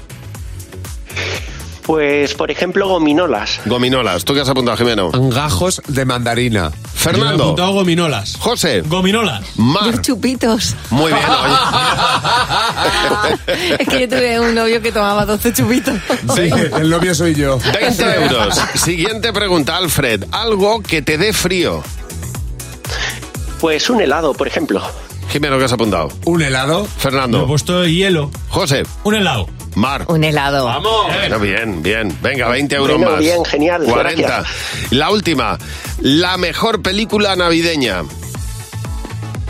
[SPEAKER 5] Pues, por ejemplo, gominolas.
[SPEAKER 3] Gominolas. ¿Tú qué has apuntado, Jimeno? Gajos de mandarina. Fernando.
[SPEAKER 2] Yo he apuntado
[SPEAKER 3] gominolas. José.
[SPEAKER 2] Gominolas.
[SPEAKER 3] Mar.
[SPEAKER 4] Chupitos.
[SPEAKER 3] Muy bien,
[SPEAKER 4] Es que yo tuve un novio que tomaba 12 chupitos.
[SPEAKER 25] Sí, el novio soy yo.
[SPEAKER 3] 20 euros. Siguiente pregunta, Alfred. Algo que te dé frío.
[SPEAKER 5] Pues un helado, por ejemplo.
[SPEAKER 3] Jimeno, ¿qué has apuntado? Un helado. Fernando.
[SPEAKER 2] Me he puesto hielo.
[SPEAKER 3] José.
[SPEAKER 2] Un helado.
[SPEAKER 3] Mar.
[SPEAKER 4] Un helado.
[SPEAKER 3] Bueno, bien, bien. Venga, 20 euros
[SPEAKER 5] Bueno,
[SPEAKER 3] más.
[SPEAKER 5] bien, genial,
[SPEAKER 3] 40.
[SPEAKER 5] gracias.
[SPEAKER 3] La última. La mejor película navideña.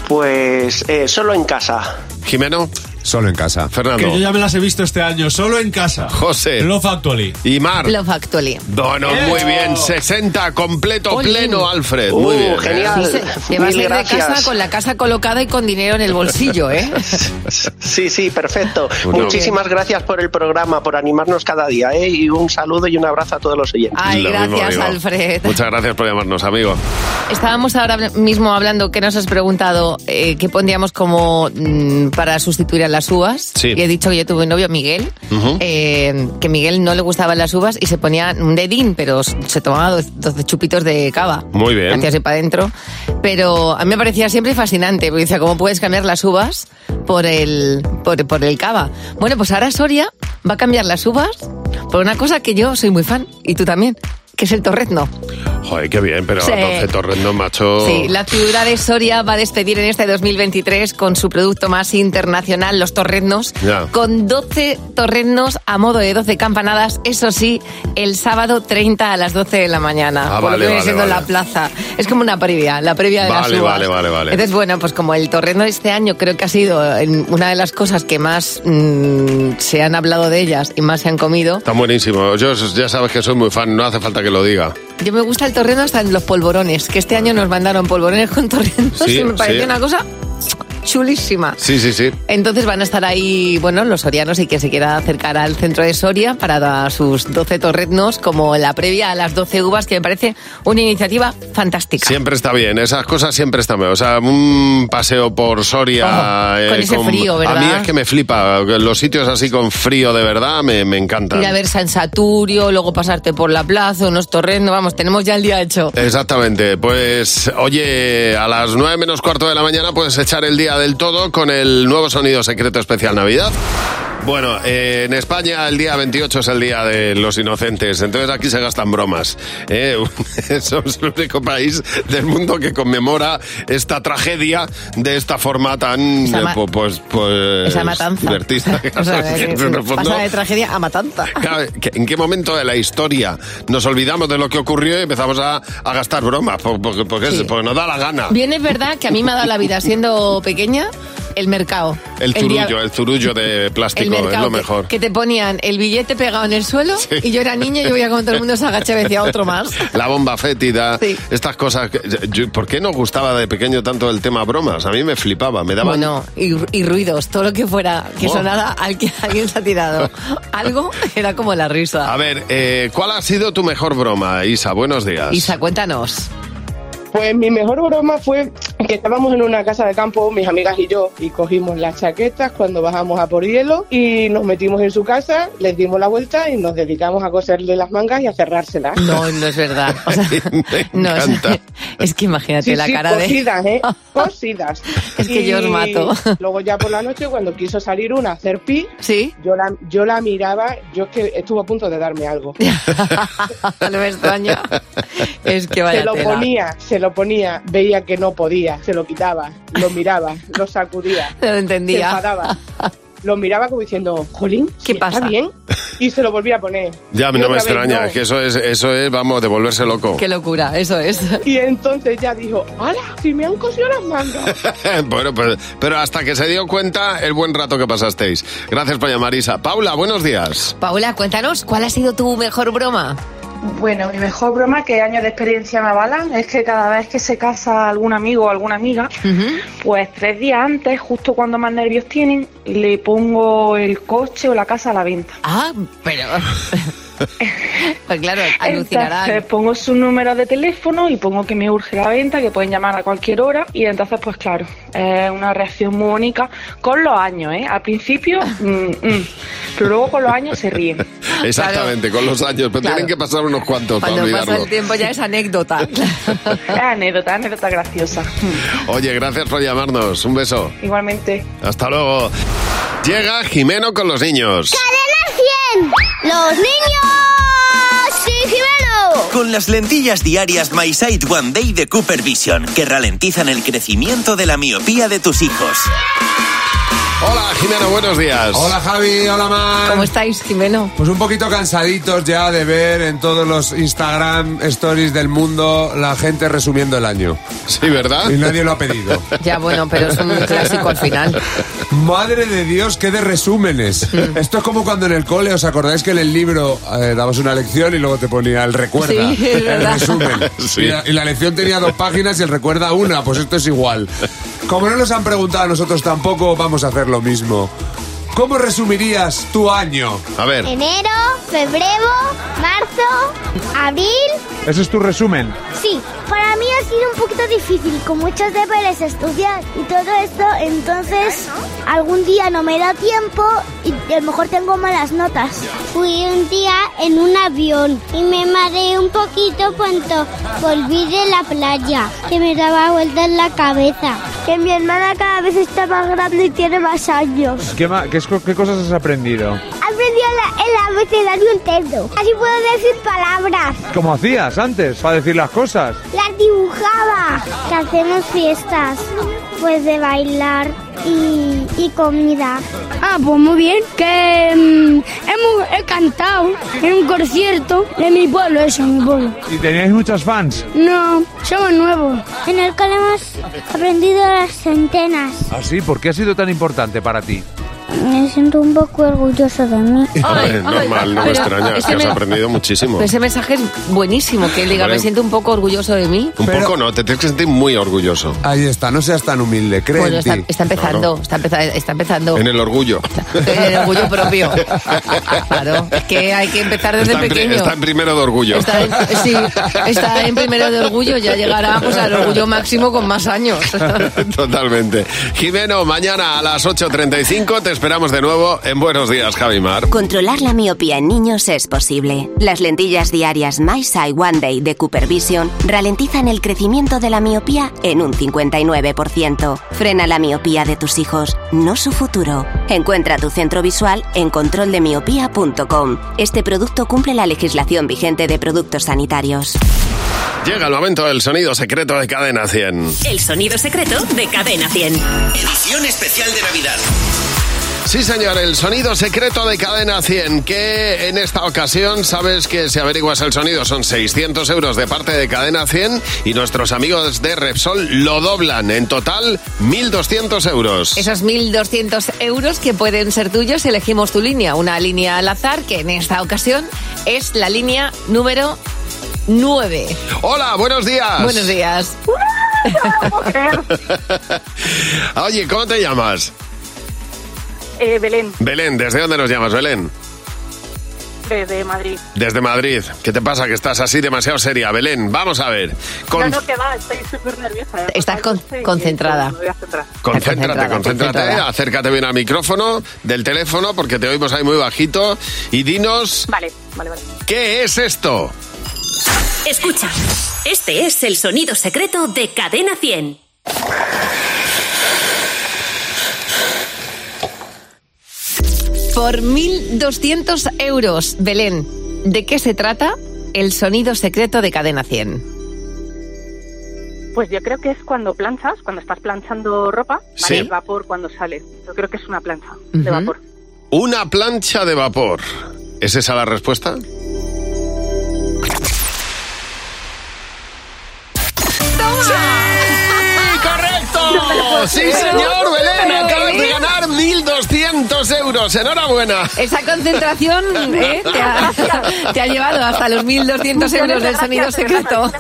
[SPEAKER 5] Pues eh, solo en casa.
[SPEAKER 3] Jimeno.
[SPEAKER 25] Solo en casa.
[SPEAKER 2] Que yo
[SPEAKER 3] Fernando.
[SPEAKER 2] ya me las he visto este año, solo en casa.
[SPEAKER 3] José.
[SPEAKER 2] Love Actually.
[SPEAKER 3] Y Mar.
[SPEAKER 4] Love Actually.
[SPEAKER 3] No, no, muy bien. 60, completo,
[SPEAKER 4] Olín.
[SPEAKER 3] pleno, Alfred. Eh, muy
[SPEAKER 5] Uh,
[SPEAKER 3] bien.
[SPEAKER 5] genial.
[SPEAKER 4] Sí, se- Te vas
[SPEAKER 5] Mil
[SPEAKER 4] a ir de
[SPEAKER 5] gracias.
[SPEAKER 4] casa con la casa colocada y con dinero en el bolsillo, ¿eh?
[SPEAKER 5] Sí, sí, perfecto.
[SPEAKER 3] Bueno.
[SPEAKER 5] Muchísimas gracias por el programa, por animarnos cada día, ¿eh? Y un saludo y un abrazo a todos los oyentes.
[SPEAKER 4] Ay,
[SPEAKER 3] Lo mismo
[SPEAKER 4] gracias,
[SPEAKER 3] digo.
[SPEAKER 4] Alfred.
[SPEAKER 3] Muchas gracias por llamarnos, amigo.
[SPEAKER 4] Estábamos ahora mismo hablando que nos has preguntado eh, qué pondríamos como mm, para sustituir a las uvas.
[SPEAKER 3] Sí.
[SPEAKER 4] Y he dicho que yo tuve un novio, Miguel,
[SPEAKER 3] Ujú.
[SPEAKER 4] eh, que Miguel no le gustaban las uvas y se ponía un dedín, pero se tomaba 12 chupitos de cava.
[SPEAKER 3] Muy bien.
[SPEAKER 4] Hacia así para adentro. Pero a mí me parecía siempre fascinante, porque dice, ¿cómo puedes cambiar las uvas por el, por, por el cava? Bueno, pues ahora Soria va a cambiar las uvas por una cosa que yo soy muy fan, y tú también, que es el torrezno.
[SPEAKER 3] Joder, qué bien, pero
[SPEAKER 4] Sí.
[SPEAKER 3] 12 torrendos, macho.
[SPEAKER 4] Sí, la ciudad de Soria va a despedir en este 2023 con su producto más internacional, los torreznos,
[SPEAKER 3] Ya.
[SPEAKER 4] con 12 torreznos a modo de 12 campanadas, eso sí, el sábado 30 a las 12 de la mañana,
[SPEAKER 3] Ah,
[SPEAKER 4] por lo
[SPEAKER 3] vale,
[SPEAKER 4] que viene
[SPEAKER 3] vale,
[SPEAKER 4] siendo
[SPEAKER 3] vale.
[SPEAKER 4] la plaza. Es como una previa, la previa de
[SPEAKER 3] Vale,
[SPEAKER 4] las uvas.
[SPEAKER 3] vale, vale, vale.
[SPEAKER 4] Entonces, bueno, pues como el torrezno de este año creo que ha sido en- una de las cosas que más mm, se han hablado de ellas y más se han comido,
[SPEAKER 3] Está buenísimo. Yo ya sabes que soy muy fan, no hace falta que lo diga.
[SPEAKER 4] Yo me gusta el torreno hasta en los polvorones, que este año nos mandaron polvorones con torrenos
[SPEAKER 3] Sí,
[SPEAKER 4] y me pareció
[SPEAKER 3] sí.
[SPEAKER 4] una cosa chulísima.
[SPEAKER 3] Sí, sí, sí.
[SPEAKER 4] Entonces van a estar ahí, bueno, los sorianos y quien se quiera acercar al centro de Soria para dar sus 12 torretnos como la previa a las 12 uvas, que me parece una iniciativa fantástica.
[SPEAKER 3] Siempre está bien, esas cosas siempre están bien. O sea, un paseo por Soria. eh,
[SPEAKER 4] Oh, con ese frío, ¿verdad?
[SPEAKER 3] A mí es que me flipa. Los sitios así con frío de verdad me, me encantan.
[SPEAKER 4] Ir a ver San Saturio, luego pasarte por la plaza, unos torrenos, vamos, tenemos ya el día hecho.
[SPEAKER 3] Exactamente, pues oye, a las 9 menos cuarto de la mañana puedes echar el día del todo con el nuevo sonido secreto especial Navidad. Bueno, eh, en España el día 28 es el día de los inocentes, entonces aquí se gastan bromas. ¿eh? Somos el único país del mundo que conmemora esta tragedia de esta forma tan
[SPEAKER 4] Esa
[SPEAKER 3] eh,
[SPEAKER 4] ma-
[SPEAKER 3] pu- pues, pues,
[SPEAKER 4] esa matanza.
[SPEAKER 3] divertida.
[SPEAKER 4] O sea, que-
[SPEAKER 3] En el fondo,
[SPEAKER 4] pasa de tragedia a matanza.
[SPEAKER 3] Claro, que- ¿En qué momento de la historia nos olvidamos de lo que ocurrió y empezamos a, a gastar bromas? Por- por- Porque, es- porque nos da la gana.
[SPEAKER 4] Bien es verdad que a mí me ha dado la vida siendo pequeña el mercado.
[SPEAKER 3] El
[SPEAKER 4] día-
[SPEAKER 3] turullo, el turullo de
[SPEAKER 4] el
[SPEAKER 3] plástico es
[SPEAKER 4] mercado
[SPEAKER 3] lo
[SPEAKER 4] que-
[SPEAKER 3] mejor.
[SPEAKER 4] Que, te ponían el billete pegado en el suelo
[SPEAKER 3] Sí.
[SPEAKER 4] y yo era niña y yo veía como todo el mundo se agachaba y decía otro más.
[SPEAKER 3] La bomba fétida, estas cosas. que- yo- ¿Por qué no gustaba de pequeño tanto el tema bromas? A mí me flipaba, me daba.
[SPEAKER 4] Bueno, y, y ruidos, todo lo que fuera que
[SPEAKER 3] Buah.
[SPEAKER 4] sonara al que alguien se ha tirado. Algo era como la risa.
[SPEAKER 3] A ver, eh, ¿cuál ha sido tu mejor broma, Isa? Buenos días.
[SPEAKER 4] Isa, cuéntanos.
[SPEAKER 19] Pues mi mejor broma fue que estábamos en una casa de campo, mis amigas y yo, y cogimos las chaquetas cuando bajamos a por hielo y nos metimos en su casa, les dimos la vuelta y nos dedicamos a coserle las mangas y a cerrárselas.
[SPEAKER 4] No, no es verdad. O sea, no, es- es que imagínate
[SPEAKER 19] Sí,
[SPEAKER 4] la
[SPEAKER 19] sí,
[SPEAKER 4] cara de...
[SPEAKER 19] cosidas, ¿eh? Cosidas.
[SPEAKER 4] Es que yo os mato.
[SPEAKER 19] Luego ya por la noche, cuando quiso salir una a hacer pi, yo, la, yo la miraba, yo es que estuvo a punto de darme algo.
[SPEAKER 4] no me extraña. Es que vaya
[SPEAKER 19] se lo
[SPEAKER 4] tela.
[SPEAKER 19] ponía, se lo ponía, veía que no podía, se lo quitaba, lo miraba, lo sacudía.
[SPEAKER 4] No lo entendía.
[SPEAKER 19] Se enfadaba. Lo miraba como diciendo, Jolín, ¿qué pasa? ¿Está bien? Y se lo volvía a poner.
[SPEAKER 3] Ya
[SPEAKER 19] Y
[SPEAKER 3] no
[SPEAKER 19] otra
[SPEAKER 3] me
[SPEAKER 19] vez,
[SPEAKER 3] extraña,
[SPEAKER 19] no.
[SPEAKER 3] es que eso es, eso es, vamos, de volverse loco.
[SPEAKER 4] Qué locura, eso es.
[SPEAKER 19] Y entonces ya dijo, ¡Hala! Si me han cosido las mangas.
[SPEAKER 3] bueno, pero, pero hasta que se dio cuenta el buen rato que pasasteis. Gracias por llamar, Isa. Paula, buenos días.
[SPEAKER 4] Paula, cuéntanos, ¿cuál ha sido tu mejor broma?
[SPEAKER 7] Bueno, mi mejor broma, que años de experiencia me avalan, es que cada vez que se casa algún amigo o alguna amiga, pues tres días antes, justo cuando más nervios tienen, le pongo el coche o la casa a la venta.
[SPEAKER 4] Ah, pero... pues claro,
[SPEAKER 7] Entonces
[SPEAKER 4] alucinarán.
[SPEAKER 7] pongo su número de teléfono y pongo que me urge la venta, que pueden llamar a cualquier hora y entonces pues claro, es una reacción muy única con los años, ¿eh? Al principio, mm, mm, pero luego con los años se ríen.
[SPEAKER 3] Exactamente, con los años, pero
[SPEAKER 7] Claro.
[SPEAKER 3] tienen que pasar unos cuantos para
[SPEAKER 4] Cuando pasa
[SPEAKER 3] olvidarlo.
[SPEAKER 4] el tiempo ya es anécdota.
[SPEAKER 7] anécdota, anécdota graciosa.
[SPEAKER 3] Oye, gracias por llamarnos. Un beso.
[SPEAKER 7] Igualmente.
[SPEAKER 3] Hasta luego. Llega Jimeno con los niños.
[SPEAKER 8] ¡Cadena 100! ¡Los niños! ¡Sí, Jimeno!
[SPEAKER 9] Con las lentillas diarias My Sight One Day de Cooper Vision, que ralentizan el crecimiento de la miopía de tus hijos.
[SPEAKER 3] Hola, Jimeno, buenos días.
[SPEAKER 25] Hola, Javi. Hola, Mar.
[SPEAKER 4] ¿Cómo estáis, Jimeno?
[SPEAKER 25] Pues un poquito cansaditos ya de ver en todos los Instagram stories del mundo la gente resumiendo el año.
[SPEAKER 3] Sí, ¿verdad?
[SPEAKER 25] Y nadie lo ha pedido.
[SPEAKER 4] Ya, bueno, pero es un clásico al final.
[SPEAKER 25] Madre de Dios, qué de resúmenes. Esto es como cuando en el cole, ¿os acordáis que en el libro eh, dabas una lección y luego te ponía el recuerda?
[SPEAKER 4] Sí, es
[SPEAKER 25] el
[SPEAKER 4] verdad.
[SPEAKER 25] resumen.
[SPEAKER 3] Sí.
[SPEAKER 25] Y, la, y la lección tenía dos páginas y el recuerda una, pues esto es igual. Como no nos han preguntado a nosotros tampoco, vamos a hacer lo mismo. ¿Cómo resumirías tu año?
[SPEAKER 3] A ver.
[SPEAKER 4] Eh,
[SPEAKER 8] Enero, febrero, marzo, abril.
[SPEAKER 25] Ese es tu resumen.
[SPEAKER 8] Sí, para mí ha sido un poquito difícil, con muchos deberes estudiar y todo esto, entonces algún día no me da tiempo y a lo mejor tengo malas notas. Fui un día en un avión y me mareé un poquito cuando volví de la playa, que me daba vuelta en la cabeza. Que mi hermana cada vez está más grande y tiene más años.
[SPEAKER 18] ¿Qué, ma- qué es- qué cosas has aprendido?
[SPEAKER 8] Aprendí la- el abecedario entero. Así puedo decir palabras.
[SPEAKER 18] ¿Cómo hacías antes para decir las cosas?
[SPEAKER 8] Las dibujaba. Que hacemos fiestas, pues de bailar y, y comida. Ah, pues muy bien. Que hemos he cantado en un concierto de mi pueblo, eso, mi pueblo.
[SPEAKER 18] ¿Y teníais muchos fans?
[SPEAKER 8] No, somos nuevos. En el cole hemos aprendido las centenas.
[SPEAKER 18] ¿Ah, sí? ¿Por qué ha sido tan importante para ti?
[SPEAKER 8] Me siento un poco orgulloso de mí.
[SPEAKER 3] Hombre, normal, no me
[SPEAKER 4] pero
[SPEAKER 3] extraña, es
[SPEAKER 4] ese
[SPEAKER 3] que has
[SPEAKER 4] me- Pues,
[SPEAKER 3] aprendido muchísimo.
[SPEAKER 4] Ese mensaje es buenísimo, que él diga,
[SPEAKER 3] Hombre.
[SPEAKER 4] me siento un poco orgulloso de mí.
[SPEAKER 3] Un poco no, te tienes que sentir muy orgulloso.
[SPEAKER 25] Ahí está, no seas tan humilde, cree
[SPEAKER 4] Bueno,
[SPEAKER 25] en
[SPEAKER 4] está,
[SPEAKER 25] ti.
[SPEAKER 4] está empezando, está empezando, está empezando
[SPEAKER 3] En el orgullo.
[SPEAKER 4] en el orgullo propio. Claro, es que hay que empezar desde
[SPEAKER 3] Está en, pri-
[SPEAKER 4] pequeño.
[SPEAKER 3] está en primero de orgullo.
[SPEAKER 4] Está en, sí, está en primero de orgullo, ya llegará pues, al orgullo máximo con más años.
[SPEAKER 3] Totalmente. Jimeno, mañana a las 8.35 te esperamos. esperamos de nuevo en Buenos Días, Javimar.
[SPEAKER 10] Controlar la miopía en niños es posible. Las lentillas diarias My Sight One Day de Cooper Vision ralentizan el crecimiento de la miopía en un 59%. Frena la miopía de tus hijos, no su futuro. Encuentra tu centro visual en controldemiopía.com. Este producto cumple la legislación vigente de productos sanitarios.
[SPEAKER 3] Llega el momento del sonido secreto de Cadena 100.
[SPEAKER 10] El sonido secreto de Cadena 100.
[SPEAKER 9] Edición especial de Navidad.
[SPEAKER 3] Sí, señor, el sonido secreto de Cadena 100, que en esta ocasión sabes que si averiguas el sonido son 600 euros de parte de Cadena 100 y nuestros amigos de Repsol lo doblan. En total, 1.200 euros.
[SPEAKER 4] Esos 1.200 euros que pueden ser tuyos, elegimos tu línea, una línea al azar que en esta ocasión es la línea número 9.
[SPEAKER 3] Hola, buenos días.
[SPEAKER 4] Buenos días.
[SPEAKER 3] Oye, ¿cómo te llamas?
[SPEAKER 11] Eh, Belén,
[SPEAKER 3] Belén, ¿desde dónde nos llamas, Belén?
[SPEAKER 11] desde Madrid.
[SPEAKER 3] Desde Madrid. ¿Qué te pasa que estás así demasiado seria, Belén? Vamos a ver. Con-
[SPEAKER 11] No, no, que va, estoy súper nerviosa. ¿eh?
[SPEAKER 4] Estás con-
[SPEAKER 11] Sí,
[SPEAKER 4] concentrada.
[SPEAKER 11] me voy a centrar.
[SPEAKER 3] Concéntrate, concéntrate,
[SPEAKER 11] concentrada.
[SPEAKER 3] acércate bien al micrófono del teléfono porque te oímos ahí muy bajito y dinos
[SPEAKER 11] Vale, vale, vale.
[SPEAKER 3] qué es esto.
[SPEAKER 10] Escucha, este es el sonido secreto de Cadena 100.
[SPEAKER 4] Por 1.200 euros, Belén, ¿de qué se trata el sonido secreto de Cadena 100?
[SPEAKER 11] Pues yo creo que es cuando planchas, cuando estás planchando ropa, ¿vale?
[SPEAKER 3] Sí.
[SPEAKER 11] el vapor cuando sale. Yo creo que es una plancha.
[SPEAKER 3] Una plancha de vapor. ¿Es esa la respuesta?
[SPEAKER 11] ¡Correcto!
[SPEAKER 3] Sí, señor, Belén, acabas de ganar 1.200 euros. Enhorabuena.
[SPEAKER 4] Esa concentración ¿eh? te, ha, te ha llevado hasta los 1.200 euros del sonido secreto.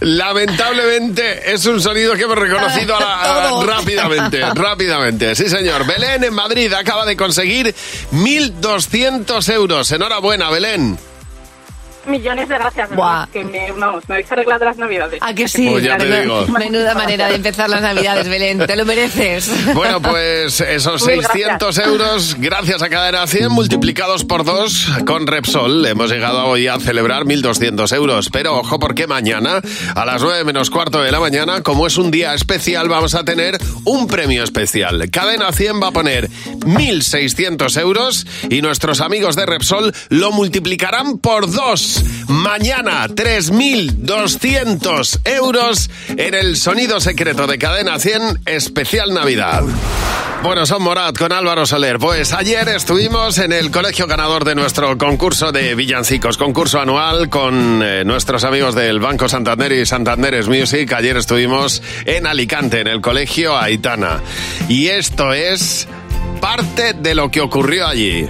[SPEAKER 3] Lamentablemente es un sonido que hemos reconocido a la-
[SPEAKER 4] Todo.
[SPEAKER 3] rápidamente, rápidamente. Sí, señor. Belén en Madrid acaba de conseguir 1.200 euros. Enhorabuena, Belén.
[SPEAKER 11] Millones de gracias,
[SPEAKER 4] Buah.
[SPEAKER 11] ¿verdad? que me, vamos, me habéis arreglado las navidades.
[SPEAKER 4] ¿A que sí?
[SPEAKER 3] Pues ya te
[SPEAKER 4] Menuda-
[SPEAKER 3] digo.
[SPEAKER 4] Menuda manera de empezar las Navidades, Belén. Te lo mereces.
[SPEAKER 3] Bueno, pues esos
[SPEAKER 4] Mil
[SPEAKER 3] 600
[SPEAKER 4] gracias.
[SPEAKER 3] euros, gracias a Cadena 100, multiplicados por dos con Repsol, hemos llegado hoy a celebrar 1.200 euros. Pero ojo, porque mañana, a las 9 menos cuarto de la mañana, como es un día especial, vamos a tener un premio especial. Cadena 100 va a poner 1.600 euros y nuestros amigos de Repsol lo multiplicarán por dos. Mañana, 3.200 euros en el sonido secreto de Cadena 100, especial Navidad. Bueno, son Morat con Álvaro Soler. Pues ayer estuvimos en el colegio ganador de nuestro concurso de villancicos, concurso anual con eh, nuestros amigos del Banco Santander y Santanderes Music. Ayer estuvimos en Alicante, en el colegio Aitana. Y esto es parte de lo que ocurrió allí.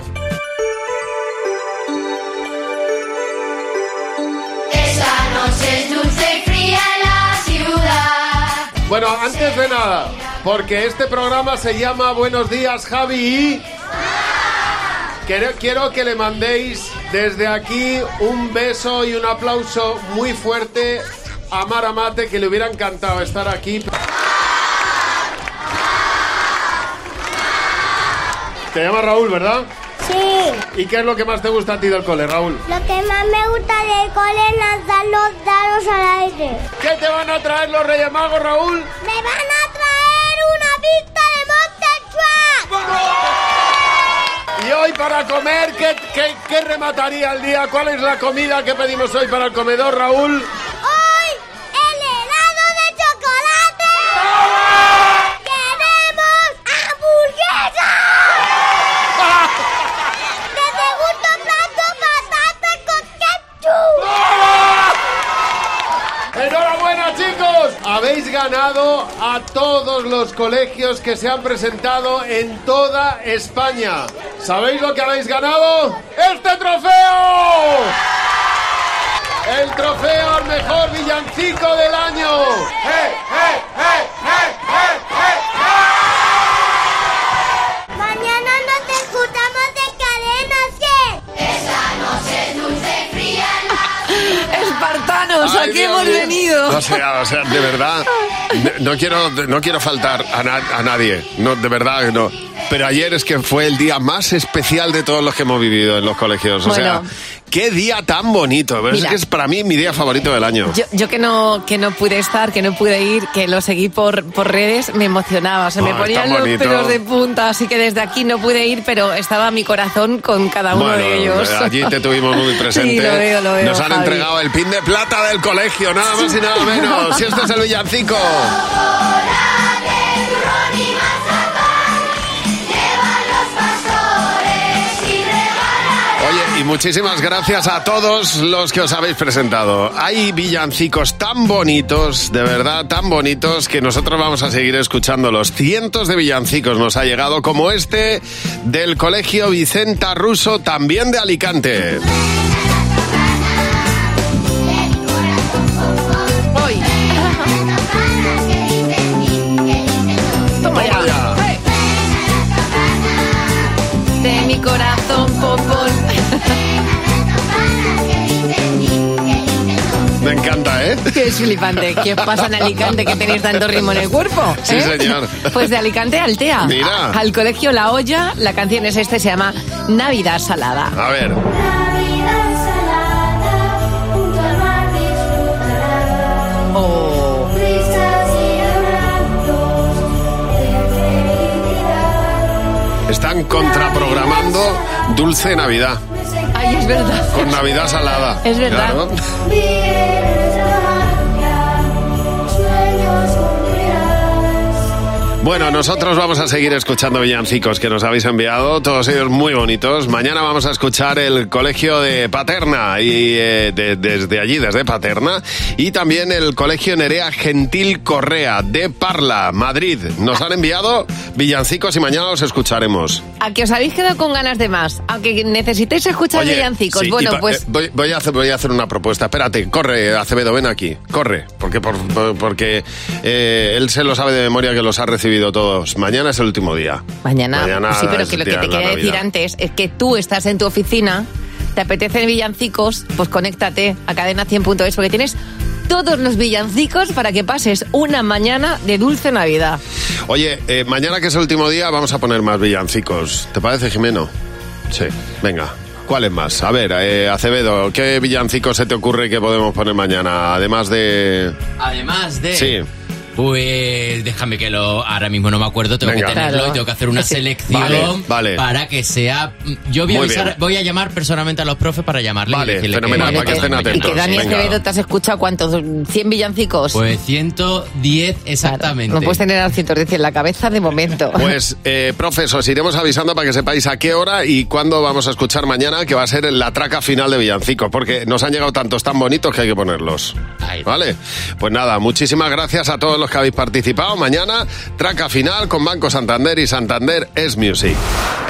[SPEAKER 13] Esa noche es dulce y fría la ciudad.
[SPEAKER 3] Bueno, antes de nada, porque este programa se llama Buenos días Javi y quiero, quiero que le mandéis desde aquí un beso y un aplauso muy fuerte a Mara Mate, que le hubiera encantado estar aquí. Te llamas Raúl, ¿verdad? Sí. ¿Y qué es lo que más te gusta a ti del cole, Raúl?
[SPEAKER 8] Lo que más me gusta del cole es lanzar los dados al aire.
[SPEAKER 3] ¿Qué te van a traer los Reyes Magos, Raúl?
[SPEAKER 8] ¡Me van a traer una pista de Monster Truck!
[SPEAKER 3] Y hoy para comer, ¿qué, qué, qué remataría el día? ¿Cuál es la comida que pedimos hoy para el comedor, Raúl?
[SPEAKER 8] ¡Hoy el helado de chocolate! ¡Queremos hamburguesa! ¡De segundo plato patata con ketchup!
[SPEAKER 3] ¡Enhorabuena, chicos! Habéis ganado a todos los colegios que se han presentado en toda España. ¿Sabéis lo que habéis ganado? ¡Este trofeo! ¡El trofeo al mejor villancico del año! ¡Eh, eh, eh, eh, eh, eh, eh!
[SPEAKER 8] Mañana nos escuchamos de cadena 100.
[SPEAKER 13] Esa noche es dulce y fría la
[SPEAKER 4] Espartanos,
[SPEAKER 3] Ay,
[SPEAKER 4] aquí
[SPEAKER 3] Dios
[SPEAKER 4] hemos
[SPEAKER 3] mío.
[SPEAKER 4] venido.
[SPEAKER 3] O sea, o sea, de verdad, de- no quiero, no quiero faltar a, na- a nadie, no, de verdad que no. Pero ayer es que fue el día más especial de todos los que hemos vivido en los colegios. O sea,
[SPEAKER 4] Bueno.
[SPEAKER 3] qué día tan bonito. Pero Es
[SPEAKER 4] Mira.
[SPEAKER 3] que es para mí mi día favorito del año.
[SPEAKER 4] Yo, yo que no que no pude estar, que no pude ir, que lo seguí por, por redes, me emocionaba, se me
[SPEAKER 3] Ah,
[SPEAKER 4] ponían
[SPEAKER 3] está
[SPEAKER 4] los
[SPEAKER 3] bonito.
[SPEAKER 4] pelos de punta, así que desde aquí no pude ir, pero estaba mi corazón con cada uno
[SPEAKER 3] Bueno,
[SPEAKER 4] de ellos.
[SPEAKER 3] allí te tuvimos muy presente.
[SPEAKER 4] Sí, lo veo, lo veo,
[SPEAKER 3] Nos han
[SPEAKER 4] Javi.
[SPEAKER 3] entregado el pin de plata del colegio, nada más y nada menos. Si este es el villancico. Oye, y muchísimas gracias a todos los que os habéis presentado. Hay villancicos tan bonitos, de verdad, tan bonitos, que nosotros vamos a seguir escuchándolos. Cientos de villancicos nos ha llegado, como este del Colegio Vicenta Russo, también de Alicante.
[SPEAKER 4] Voy. Toma ya. De mi corazón, popol.
[SPEAKER 3] Me encanta, ¿eh?
[SPEAKER 4] Que es flipante. ¿Qué os pasa en Alicante que tenéis tanto ritmo en el cuerpo?
[SPEAKER 3] Sí,
[SPEAKER 4] eh?
[SPEAKER 3] señor.
[SPEAKER 4] Pues de Alicante a Altea.
[SPEAKER 3] Mira.
[SPEAKER 4] Al colegio La Olla, la canción es este, se llama Navidad Salada.
[SPEAKER 3] A ver. Están contraprogramando Dulce Navidad,
[SPEAKER 4] Ay, es verdad.
[SPEAKER 3] con Navidad salada.
[SPEAKER 4] Es verdad.
[SPEAKER 3] Claro. Bueno, nosotros vamos a seguir escuchando villancicos que nos habéis enviado, todos ellos muy bonitos. Mañana vamos a escuchar el colegio de Paterna, y eh, de- desde allí, desde Paterna, y también el colegio Nerea Gentil Correa de Parla, Madrid. Nos han enviado villancicos y mañana los escucharemos.
[SPEAKER 4] A que os habéis quedado con ganas de más, aunque necesitéis escuchar
[SPEAKER 3] Oye,
[SPEAKER 4] villancicos.
[SPEAKER 3] sí,
[SPEAKER 4] bueno,
[SPEAKER 3] y pa-
[SPEAKER 4] pues
[SPEAKER 3] eh, voy, voy a hacer, voy a hacer una propuesta. Espérate, corre, Acevedo, ven aquí. Corre, porque, por- por- porque eh, él se lo sabe de memoria que los ha recibido todos. Mañana es el último día.
[SPEAKER 4] mañana.
[SPEAKER 3] Mañana
[SPEAKER 4] sí, pero
[SPEAKER 3] es
[SPEAKER 4] que
[SPEAKER 3] el
[SPEAKER 4] lo que
[SPEAKER 3] día
[SPEAKER 4] te
[SPEAKER 3] de la
[SPEAKER 4] quería decir
[SPEAKER 3] Navidad.
[SPEAKER 4] antes es que tú estás en tu oficina, te apetecen villancicos, pues conéctate a cadena 100.es porque tienes todos los villancicos para que pases una mañana de dulce Navidad.
[SPEAKER 3] Oye, eh, mañana que es el último día vamos a poner más villancicos. ¿Te parece, Jimeno? Sí, venga. ¿Cuáles más? A ver, eh, Acevedo, ¿qué villancicos se te ocurre que podemos poner mañana? Además de...
[SPEAKER 12] Además
[SPEAKER 5] Eh,
[SPEAKER 12] de.
[SPEAKER 3] Sí.
[SPEAKER 12] Pues déjame que lo. Ahora mismo no me acuerdo, tengo
[SPEAKER 3] Venga.
[SPEAKER 12] que tenerlo
[SPEAKER 3] Claro.
[SPEAKER 12] y tengo que hacer una selección
[SPEAKER 3] Vale, vale.
[SPEAKER 12] para que sea. Yo voy a,
[SPEAKER 3] Muy
[SPEAKER 12] avisar-
[SPEAKER 3] bien.
[SPEAKER 12] voy a llamar personalmente a los profes para llamarles. y
[SPEAKER 3] Vale,
[SPEAKER 12] decirles que-
[SPEAKER 3] fenomenal, para que estén
[SPEAKER 12] mañana.
[SPEAKER 4] Y que Dani Acevedo te has escuchado cuántos, 100 villancicos.
[SPEAKER 12] Pues 110 exactamente.
[SPEAKER 4] no puedes tener al 110 en la cabeza de momento.
[SPEAKER 3] Pues, eh, profes, os iremos avisando para que sepáis a qué hora y cuándo vamos a escuchar mañana, que va a ser la traca final de Villancicos, porque nos han llegado tantos tan bonitos que hay que ponerlos. ¿Vale? Pues nada, muchísimas gracias a todos los que habéis participado. Mañana, traca final con Banco Santander y Santander es Music.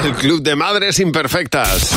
[SPEAKER 3] El Club de Madres Imperfectas.